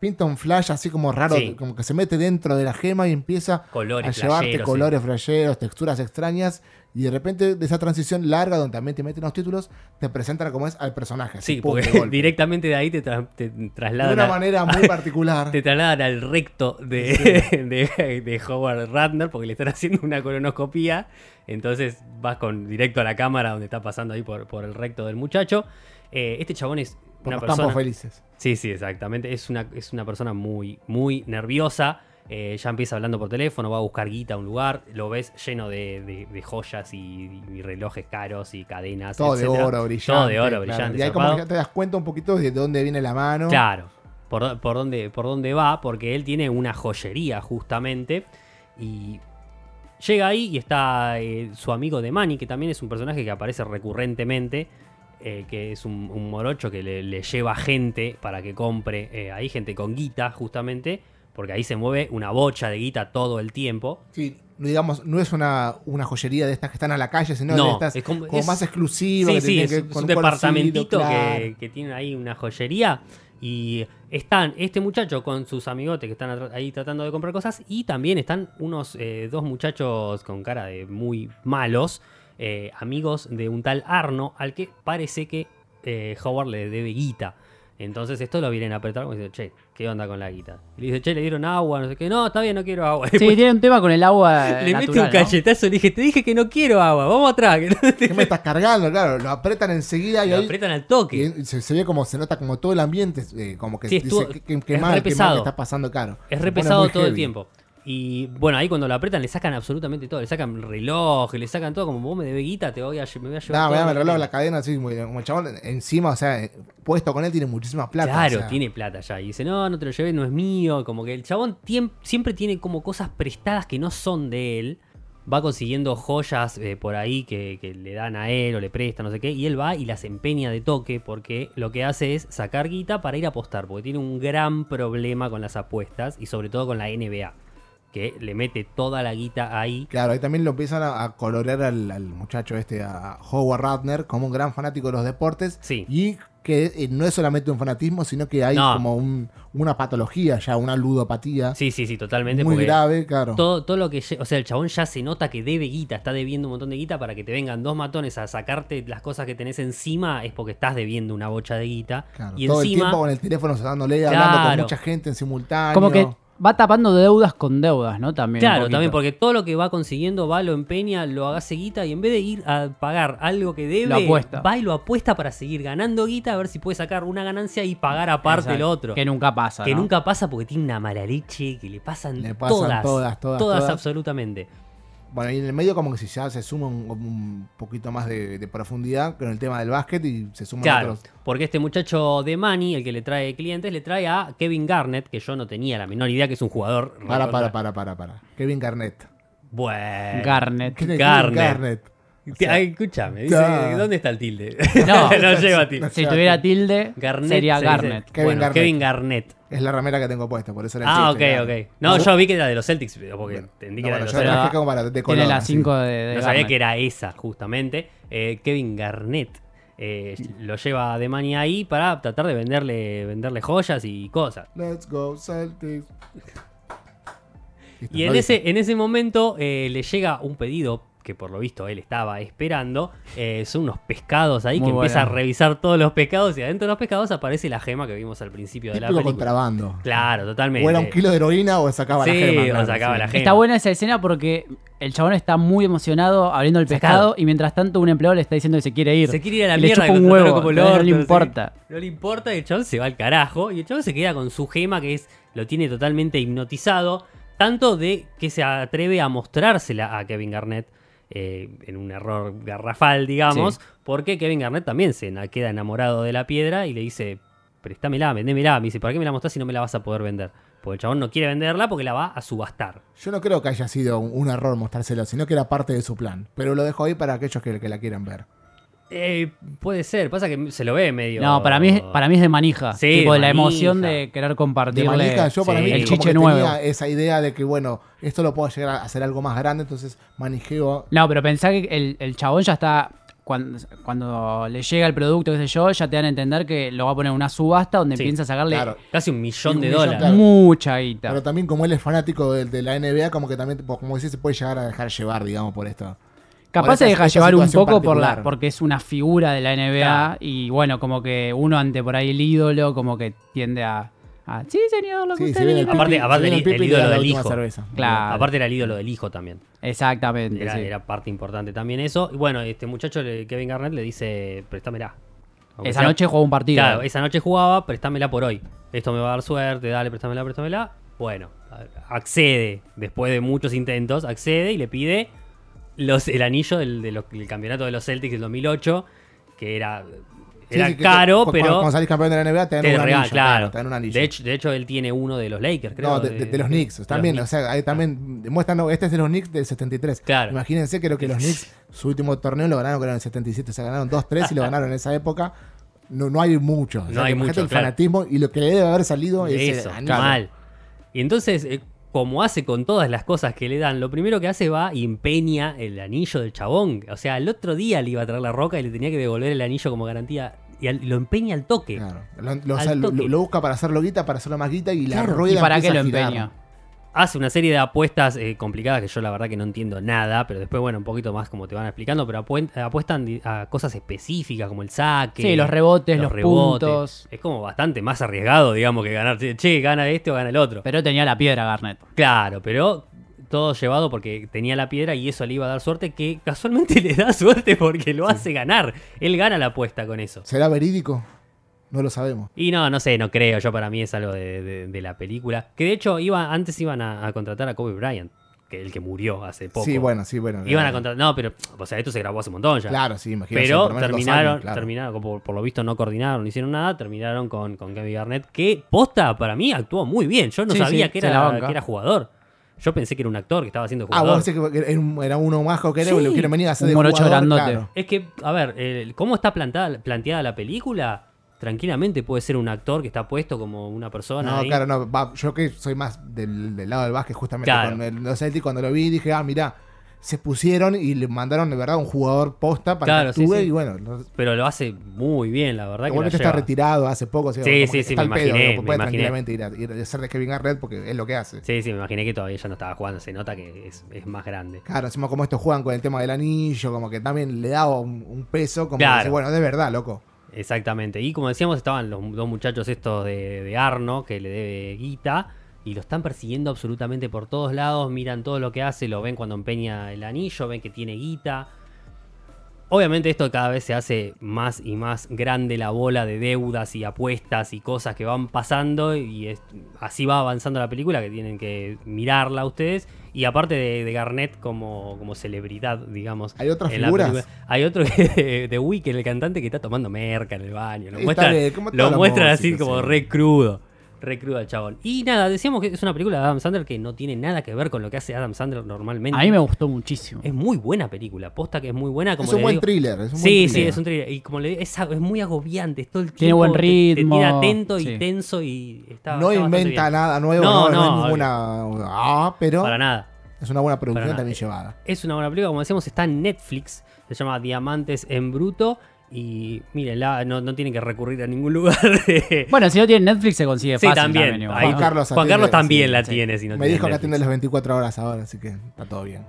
Speaker 3: pinta un flash así como raro,
Speaker 2: Sí.
Speaker 3: como que se mete dentro de la gema y empieza
Speaker 2: Colores,
Speaker 3: a llevarte
Speaker 2: flasheros,
Speaker 3: colores flasheros, texturas extrañas, y de repente de esa transición larga donde también te meten los títulos, te presentan como es al personaje. así,
Speaker 2: Sí,
Speaker 3: pum, de
Speaker 2: porque
Speaker 3: golpe.
Speaker 2: directamente de ahí te, tra- te
Speaker 3: de una
Speaker 2: trasladan. a-
Speaker 3: manera muy particular.
Speaker 2: te trasladan al recto de, de- de Howard Ratner porque le están haciendo una colonoscopía. Entonces vas con directo a la cámara donde está pasando ahí por, por el recto del muchacho. Eh, este chabón es
Speaker 3: por
Speaker 2: una
Speaker 3: los
Speaker 2: persona.
Speaker 3: campos felices.
Speaker 2: Sí, sí, exactamente. Es una, es una persona muy, muy nerviosa. Eh, ya empieza hablando por teléfono, va a buscar guita a un lugar. Lo ves lleno de, de- de joyas y, y relojes caros y cadenas.
Speaker 3: Todo de
Speaker 2: etcétera.
Speaker 3: oro brillante.
Speaker 2: Todo de oro
Speaker 3: claro.
Speaker 2: brillante.
Speaker 3: Y ahí como
Speaker 2: zarpado.
Speaker 3: que te das cuenta un poquito de dónde viene la mano.
Speaker 2: Claro, por, do- por, dónde, por dónde va, porque él tiene una joyería justamente. Y llega ahí y está eh, su amigo de Manny, que también es un personaje que aparece recurrentemente. eh, que es un, un morocho que le, le lleva gente para que compre eh, ahí, gente con guita justamente, porque ahí se mueve una bocha de guita todo el tiempo.
Speaker 3: Sí, digamos, no es una, una joyería de estas que están a la calle, sino
Speaker 2: No,
Speaker 3: de estas
Speaker 2: es como-
Speaker 3: como,
Speaker 2: es-
Speaker 3: más exclusivas.
Speaker 2: Sí,
Speaker 3: que
Speaker 2: sí,
Speaker 3: tienen
Speaker 2: es,
Speaker 3: que-
Speaker 2: es
Speaker 3: con
Speaker 2: un
Speaker 3: colorcito,
Speaker 2: departamentito
Speaker 3: claro.
Speaker 2: que, que tiene ahí una joyería. Y están este muchacho con sus amigotes que están atr- ahí tratando de comprar cosas. Y también están unos eh, dos muchachos con cara de muy malos, eh, amigos de un tal Arno, al que parece que eh, Howard le debe guita. Entonces esto lo vienen a apretar como diciendo, che, ¿qué onda con la guita? Y le dice, che, le dieron agua, no sé qué. No, está bien, no quiero agua.
Speaker 3: Eh,
Speaker 1: Sí, tiene un tema con el agua.
Speaker 2: Le mete un
Speaker 1: natural, ¿no?
Speaker 2: cachetazo y le dije, te dije que no quiero agua, vamos atrás. que no te-
Speaker 3: ¿Qué me estás cargando? Claro, lo apretan enseguida y,
Speaker 2: Lo
Speaker 3: ahí-
Speaker 2: apretan al toque.
Speaker 3: y se, se ve como se nota como todo el ambiente, eh, como que
Speaker 2: Sí,
Speaker 3: dice
Speaker 2: estuvo-
Speaker 3: que, que- que
Speaker 2: es
Speaker 3: mal,
Speaker 2: re
Speaker 3: que mal
Speaker 2: pesado.
Speaker 3: que está pasando, claro.
Speaker 2: Es
Speaker 3: Se
Speaker 2: re
Speaker 3: pone
Speaker 2: pesado
Speaker 3: muy
Speaker 2: todo el
Speaker 3: heavy.
Speaker 2: tiempo. Y bueno, ahí cuando lo apretan le sacan absolutamente todo. Le sacan reloj, le sacan todo. Como vos me debes guita, te voy a, lle- me voy a llevar.
Speaker 3: No,
Speaker 2: todo lo
Speaker 3: me da
Speaker 2: que
Speaker 3: el reloj,
Speaker 2: tengo".
Speaker 3: la cadena, así, muy- como el chabón encima, o sea, eh, puesto con él tiene muchísima plata.
Speaker 2: Claro,
Speaker 3: o sea,
Speaker 2: tiene plata ya. Y dice, no, no te lo llevé, no es mío. Como que el chabón tiem- siempre tiene como cosas prestadas que no son de él. Va consiguiendo joyas eh, por ahí que, que le dan a él o le prestan, no sé qué. Y él va y las empeña de toque porque lo que hace es sacar guita para ir a apostar. Porque tiene un gran problema con las apuestas y sobre todo con la NBA. Que le mete toda la guita ahí.
Speaker 3: Claro, ahí también lo empiezan a, a colorear al, al muchacho este, a Howard Ratner, como un gran fanático de los deportes.
Speaker 2: Sí.
Speaker 3: Y que eh, no es solamente un fanatismo, sino que hay
Speaker 2: No.
Speaker 3: como un- una patología ya, una ludopatía
Speaker 2: Sí, sí, sí, totalmente.
Speaker 3: muy
Speaker 2: porque
Speaker 3: grave, claro.
Speaker 2: Todo, todo lo que. lle- O sea, el chabón ya se nota que debe guita, está debiendo un montón de guita para que te vengan dos matones a sacarte las cosas que tenés encima, es porque estás debiendo una bocha de guita.
Speaker 3: Claro,
Speaker 2: y
Speaker 3: todo el
Speaker 2: encima.
Speaker 3: tiempo con el teléfono sonándole, hablando con
Speaker 2: Claro.
Speaker 3: mucha gente en simultáneo.
Speaker 1: Como que va tapando deudas con deudas, ¿no? También. un
Speaker 2: Claro,
Speaker 1: poquito.
Speaker 2: también porque todo lo que va consiguiendo va, lo empeña, lo hace guita y en vez de ir a pagar algo que debe,
Speaker 1: Lo apuesta.
Speaker 2: va y lo apuesta para seguir ganando guita, a ver si puede sacar una ganancia y pagar aparte
Speaker 1: Exacto,
Speaker 2: lo otro.
Speaker 1: Que nunca pasa.
Speaker 2: Que
Speaker 1: ¿no?
Speaker 2: nunca pasa porque tiene una mala leche, que le pasan,
Speaker 3: Le pasan
Speaker 2: todas,
Speaker 3: todas, todas, todas.
Speaker 2: absolutamente.
Speaker 3: Bueno, y en el medio como que si ya se suma un, un poquito más de, de profundidad con el tema del básquet y se suman
Speaker 2: Claro,
Speaker 3: otros.
Speaker 2: porque este muchacho de Manny, el que le trae clientes, le trae a Kevin Garnett, que yo no tenía la menor idea que es un jugador.
Speaker 3: Para,
Speaker 2: recontra-
Speaker 3: para, para, para, para. Kevin Garnett.
Speaker 2: Bueno.
Speaker 1: Garnet.
Speaker 3: ¿Quién es Kevin
Speaker 2: Garnett.
Speaker 3: O
Speaker 2: Te-
Speaker 3: sea,
Speaker 2: ay, escúchame, dice,
Speaker 3: Claro.
Speaker 2: ¿dónde está el tilde?
Speaker 1: No.
Speaker 2: No, lleva tilde.
Speaker 1: Si tuviera tilde,
Speaker 2: Garnett.
Speaker 1: sería
Speaker 2: se dice.
Speaker 1: Garnet.
Speaker 3: Kevin
Speaker 2: Bueno,
Speaker 3: Garnett.
Speaker 2: Kevin Garnett.
Speaker 3: es la ramera que tengo puesta, por eso era el
Speaker 2: Ah, ok,
Speaker 3: chiste, claro.
Speaker 2: ok. No, yo vi que era de los Celtics, pero porque
Speaker 3: Bueno,
Speaker 2: entendí
Speaker 3: No,
Speaker 2: que era
Speaker 3: bueno,
Speaker 2: de los
Speaker 3: yo
Speaker 1: Pero
Speaker 2: Celtics.
Speaker 3: trabajé como para de color,
Speaker 1: Tiene la
Speaker 3: así.
Speaker 1: 5 de, de
Speaker 2: No sabía
Speaker 1: Garnet.
Speaker 2: que era esa, justamente. Eh, Kevin Garnett eh, lo lleva de Manny ahí para tratar de venderle, venderle joyas y cosas.
Speaker 3: Let's go, Celtics. Listo,
Speaker 2: Y en
Speaker 3: lo dije.
Speaker 2: ese, en ese momento eh, le llega un pedido que por lo visto él estaba esperando. eh, son unos pescados ahí
Speaker 1: Muy
Speaker 2: que empieza a
Speaker 1: bueno.
Speaker 2: revisar todos los pescados y adentro de los pescados aparece la gema que vimos al principio de la
Speaker 3: Típico
Speaker 2: película.
Speaker 3: contrabando.
Speaker 2: Claro, totalmente.
Speaker 3: O era un kilo de heroína o sacaba
Speaker 2: Sí,
Speaker 3: la gema.
Speaker 2: o
Speaker 3: claro,
Speaker 2: sacaba
Speaker 3: sí.
Speaker 2: la gema.
Speaker 1: Está buena esa escena porque el chabón está muy emocionado abriendo el pescado
Speaker 2: Sacado.
Speaker 1: y mientras tanto un empleado le está diciendo que se quiere ir.
Speaker 2: Se quiere ir a la
Speaker 1: Y le
Speaker 2: mierda.
Speaker 1: chupa
Speaker 2: que
Speaker 1: un
Speaker 2: lo trataron
Speaker 1: huevo,
Speaker 2: como el
Speaker 1: no, no
Speaker 2: orto,
Speaker 1: le
Speaker 2: sé.
Speaker 1: importa.
Speaker 2: No le importa y el chabón se va al carajo. Y el chabón se queda con su gema que es lo tiene totalmente hipnotizado. Tanto de que se atreve a mostrársela a Kevin Garnett eh, en un error garrafal, digamos.
Speaker 1: Sí.
Speaker 2: Porque Kevin Garnett también se na- queda enamorado de la piedra y le dice, préstamela, vendémela. Me dice, ¿para qué me la mostrás si no me la vas a poder vender? Porque el chabón no quiere venderla porque la va a subastar.
Speaker 3: Yo no creo que haya sido un, un error mostrárselo, sino que era parte de su plan. Pero lo dejo ahí para aquellos que, que la quieran ver.
Speaker 2: Eh, puede ser, pasa que se lo ve medio...
Speaker 1: No, para mí, es- para mí es de manija.
Speaker 2: Sí,
Speaker 1: tipo,
Speaker 2: de
Speaker 1: la emoción
Speaker 2: manija.
Speaker 1: de querer
Speaker 3: De
Speaker 1: compartirle
Speaker 3: manija, yo para
Speaker 2: eh, sí.
Speaker 3: mí
Speaker 1: el
Speaker 3: como
Speaker 1: chiche
Speaker 3: que
Speaker 1: nuevo.
Speaker 3: tenía esa idea de que, bueno, esto lo puedo llegar a hacer algo más grande, entonces manijeo.
Speaker 1: No, pero pensá que el, el chabón ya está. Cuando, cuando le llega el producto, qué sé yo, ya te dan a entender que lo va a poner en una subasta donde
Speaker 2: Sí,
Speaker 1: piensa sacarle
Speaker 3: claro.
Speaker 2: Casi un millón
Speaker 3: Un
Speaker 2: de
Speaker 3: millón,
Speaker 2: dólares.
Speaker 3: claro.
Speaker 1: mucha guita.
Speaker 3: Pero también como él es fanático de, de la NBA, como que también, tipo, como decís, se puede llegar a dejar llevar, digamos, por esto.
Speaker 1: Capaz se
Speaker 3: esa-
Speaker 1: deja
Speaker 3: esa
Speaker 1: llevar un
Speaker 3: situación
Speaker 1: poco por la,
Speaker 3: particular.
Speaker 1: porque es una figura de la NBA
Speaker 2: Claro.
Speaker 1: y bueno, como que uno ante por ahí el ídolo, como que tiende a. a, sí, señor, lo que
Speaker 3: Sí,
Speaker 1: usted
Speaker 3: se viene
Speaker 1: diga".
Speaker 3: el
Speaker 2: Aparte-
Speaker 3: pipi, se
Speaker 2: aparte
Speaker 3: viene
Speaker 2: el- el
Speaker 3: pipi y le
Speaker 2: ídolo
Speaker 3: da la
Speaker 2: del
Speaker 3: última
Speaker 2: hijo.
Speaker 3: cerveza.
Speaker 1: Claro.
Speaker 2: Aparte era el ídolo del hijo también.
Speaker 1: Exactamente.
Speaker 2: Era,
Speaker 1: sí.
Speaker 2: era parte importante también eso. Y bueno, este muchacho, le- Kevin Garnett, le dice, préstamela. Aunque
Speaker 1: Esa
Speaker 2: sea-
Speaker 1: noche jugó un partido.
Speaker 2: Claro, esa noche jugaba, préstamela por hoy. Esto me va a dar suerte, dale, préstamela, préstamela. Bueno, a- accede, después de muchos intentos, accede y le pide los, el anillo del, de los- del campeonato de los Celtics del 2008, que era,
Speaker 3: Sí,
Speaker 2: era
Speaker 3: sí, que-
Speaker 2: caro,
Speaker 3: cu-
Speaker 2: pero...
Speaker 3: Cuando, cuando salís campeón de la NBA, te dan,
Speaker 2: te
Speaker 3: un,
Speaker 2: regala,
Speaker 3: anillo,
Speaker 2: claro.
Speaker 3: te dan un anillo.
Speaker 2: De hecho, de hecho, él tiene uno de los Lakers, creo.
Speaker 3: no, de, de- de los Knicks. También, o
Speaker 2: Knicks.
Speaker 3: sea, ahí también demuestran, no, este es de los Knicks del 73.
Speaker 2: Claro.
Speaker 3: Imagínense que lo que los Knicks, su último torneo lo ganaron creo, en el 77. O sea, ganaron 2-3 y lo ganaron en esa época. No, no hay mucho. O sea,
Speaker 2: No hay mucho,
Speaker 3: imagínate el
Speaker 2: claro.
Speaker 3: fanatismo y lo que le debe haber salido
Speaker 2: De
Speaker 3: es
Speaker 2: eso,
Speaker 3: el anillo.
Speaker 2: mal. Y entonces, eh, como hace con todas las cosas que le dan, lo primero que hace va y empeña el anillo del chabón. O sea, el otro día le iba a traer la roca y le tenía que devolver el anillo como garantía. Y al- lo empeña al toque.
Speaker 3: Claro. Lo, lo- o
Speaker 2: Al
Speaker 3: sea, lo-
Speaker 2: toque.
Speaker 3: lo busca para hacerlo guita, para hacerlo más guita y la
Speaker 2: Claro.
Speaker 3: rueda
Speaker 1: ¿Y para qué lo
Speaker 3: empieza a girar.
Speaker 1: empeña?
Speaker 2: Hace una serie de apuestas eh, complicadas que yo la verdad que no entiendo nada, pero después, bueno, un poquito más como te van explicando, pero apuen- apuestan di- a cosas específicas como el saque.
Speaker 1: Sí, los rebotes, los,
Speaker 2: rebotes.
Speaker 1: puntos.
Speaker 2: Es como bastante más arriesgado, digamos, que ganar. Che, gana este o gana el otro.
Speaker 1: Pero tenía la piedra Garnet.
Speaker 2: Claro, pero todo llevado porque tenía la piedra y eso le iba a dar suerte, que casualmente le da suerte porque lo hace ganar. Él gana la apuesta con eso.
Speaker 3: ¿Será verídico? No lo sabemos.
Speaker 2: Y no, no sé, no creo, yo para mí es algo de, de- de la película. Que de hecho iba, antes iban a, a contratar a Kobe Bryant, que el que murió hace poco.
Speaker 3: Sí, bueno, sí, bueno.
Speaker 2: Iban a
Speaker 3: claro.
Speaker 2: contratar, no, pero, o sea, esto se grabó hace un montón ya.
Speaker 3: Claro, sí, imagínate.
Speaker 2: Pero
Speaker 3: por lo menos dos
Speaker 2: terminaron,
Speaker 3: años, claro.
Speaker 2: terminaron por, por lo visto no coordinaron, no hicieron nada, terminaron con, con Kevin Garnett, que posta para mí actuó muy bien. Yo no
Speaker 1: Sí,
Speaker 2: sabía
Speaker 1: sí,
Speaker 2: que,
Speaker 1: se la
Speaker 2: era,
Speaker 1: banca.
Speaker 2: que era jugador. Yo pensé que era un actor que estaba haciendo
Speaker 3: Ah,
Speaker 2: jugador.
Speaker 3: vos decís que era un- era uno majo que era,
Speaker 2: Sí,
Speaker 3: lo quieren venir a hacer
Speaker 1: un
Speaker 3: de
Speaker 1: morocho
Speaker 3: jugador,
Speaker 1: grandote.
Speaker 3: claro.
Speaker 2: Es que, a ver, eh, ¿cómo está plantada- planteada la película? Tranquilamente puede ser un actor que está puesto como una persona.
Speaker 3: No,
Speaker 2: ahí.
Speaker 3: claro, no. va, yo que soy más del, del lado del básquet, justamente
Speaker 2: Claro.
Speaker 3: con el, los Celtics, cuando lo vi, dije, ah, mirá, se pusieron y le mandaron de verdad un jugador posta para
Speaker 2: Claro,
Speaker 3: que
Speaker 2: sí,
Speaker 3: actúe
Speaker 2: sí.
Speaker 3: y bueno. no-
Speaker 2: Pero lo hace muy bien, la verdad. Que la
Speaker 3: Igualmente está
Speaker 2: lleva.
Speaker 3: retirado hace poco, o sea,
Speaker 2: Sí,
Speaker 3: como
Speaker 2: sí,
Speaker 3: que
Speaker 2: sí,
Speaker 3: está
Speaker 2: me
Speaker 3: al pedo,
Speaker 2: imaginé,
Speaker 3: digamos,
Speaker 2: me
Speaker 3: puede
Speaker 2: imaginé.
Speaker 3: tranquilamente ir a, ir a ser de Kevin Garnett porque es lo que hace.
Speaker 2: Sí, sí, me imaginé que todavía ya no estaba jugando. Se nota que es, es más grande.
Speaker 3: Claro, encima como estos juegan con el tema del anillo, como que también le da un, un peso, como
Speaker 2: Claro.
Speaker 3: decir, bueno, de verdad, loco.
Speaker 2: Exactamente. Y como decíamos, estaban los dos muchachos estos de, de Arno, que le debe guita, y lo están persiguiendo absolutamente por todos lados, miran todo lo que hace, lo ven cuando empeña el anillo, ven que tiene guita. Obviamente esto cada vez se hace más y más grande la bola de deudas y apuestas y cosas que van pasando y es- así va avanzando la película que tienen que mirarla ustedes. Y aparte de, de Garnett como, como celebridad, digamos.
Speaker 3: Hay otras
Speaker 2: en la
Speaker 3: figuras.
Speaker 2: película. Hay otro que- de, de Weeknd, el cantante que está tomando merca en el baño. Lo
Speaker 3: Está
Speaker 2: muestran,
Speaker 3: bien, como
Speaker 2: lo
Speaker 3: toda la
Speaker 2: muestran así
Speaker 3: música,
Speaker 2: como
Speaker 3: sí.
Speaker 2: re crudo. Re crudo al chabón. Y nada, decíamos que es una película de Adam Sandler que no tiene nada que ver con lo que hace Adam Sandler normalmente.
Speaker 1: A mí me gustó muchísimo.
Speaker 2: Es muy buena película, posta que es muy buena. Como
Speaker 3: es un
Speaker 2: le
Speaker 3: buen
Speaker 2: digo-
Speaker 3: thriller. Es un
Speaker 2: Sí,
Speaker 3: buen
Speaker 2: sí,
Speaker 3: thriller.
Speaker 2: es un thriller. Y como le digo, es, es muy agobiante, es todo el
Speaker 1: Tiene
Speaker 2: tiempo
Speaker 1: buen
Speaker 2: te-
Speaker 1: ritmo,
Speaker 2: Te, tira atento
Speaker 1: sí.
Speaker 2: y tenso y está.
Speaker 3: No
Speaker 2: está bastante
Speaker 3: inventa
Speaker 2: bien.
Speaker 3: nada nuevo,
Speaker 2: No,
Speaker 3: no, no,
Speaker 2: no,
Speaker 3: es ninguna. Ah, pero
Speaker 2: Para nada.
Speaker 3: es una buena producción
Speaker 2: nada.
Speaker 3: también llevada.
Speaker 2: Es una buena película, como decíamos, está en Netflix. Se llama Diamantes en Bruto. Y mírenla, no, no tienen que recurrir a ningún lugar. de-
Speaker 1: Bueno, si no tiene Netflix se consigue
Speaker 2: sí,
Speaker 1: fácil.
Speaker 2: también.
Speaker 1: igual.
Speaker 2: Ahí-
Speaker 3: Juan Carlos
Speaker 2: Juan
Speaker 3: atiende,
Speaker 2: Carlos también
Speaker 3: sí,
Speaker 2: la
Speaker 1: sí.
Speaker 2: tiene. Si no
Speaker 3: Me
Speaker 2: tiene
Speaker 3: dijo que
Speaker 2: Netflix.
Speaker 3: atiende las 24 horas ahora, así que está todo bien.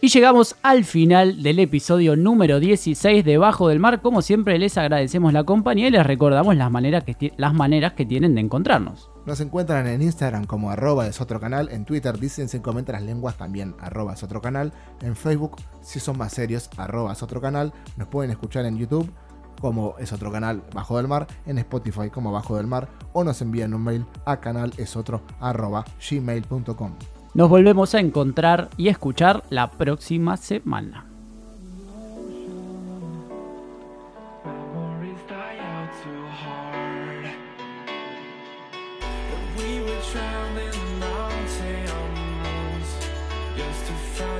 Speaker 1: Y llegamos al final del episodio número 16 de Bajo del Mar. Como siempre, les agradecemos la compañía y les recordamos las maneras que, ti- las maneras que tienen de encontrarnos.
Speaker 3: Nos encuentran en Instagram como arroba es otro canal, en Twitter dicen se comentan las lenguas también arroba es otro canal, en Facebook si son más serios arroba es otro canal, nos pueden escuchar en YouTube como es otro canal bajo del mar, en Spotify como bajo del mar o nos envían un mail a canal es otro arroba gmail.com.
Speaker 1: Nos volvemos a encontrar y escuchar la próxima semana.
Speaker 4: Memories die out too hard. But we were drowned in the mountain moons just to find.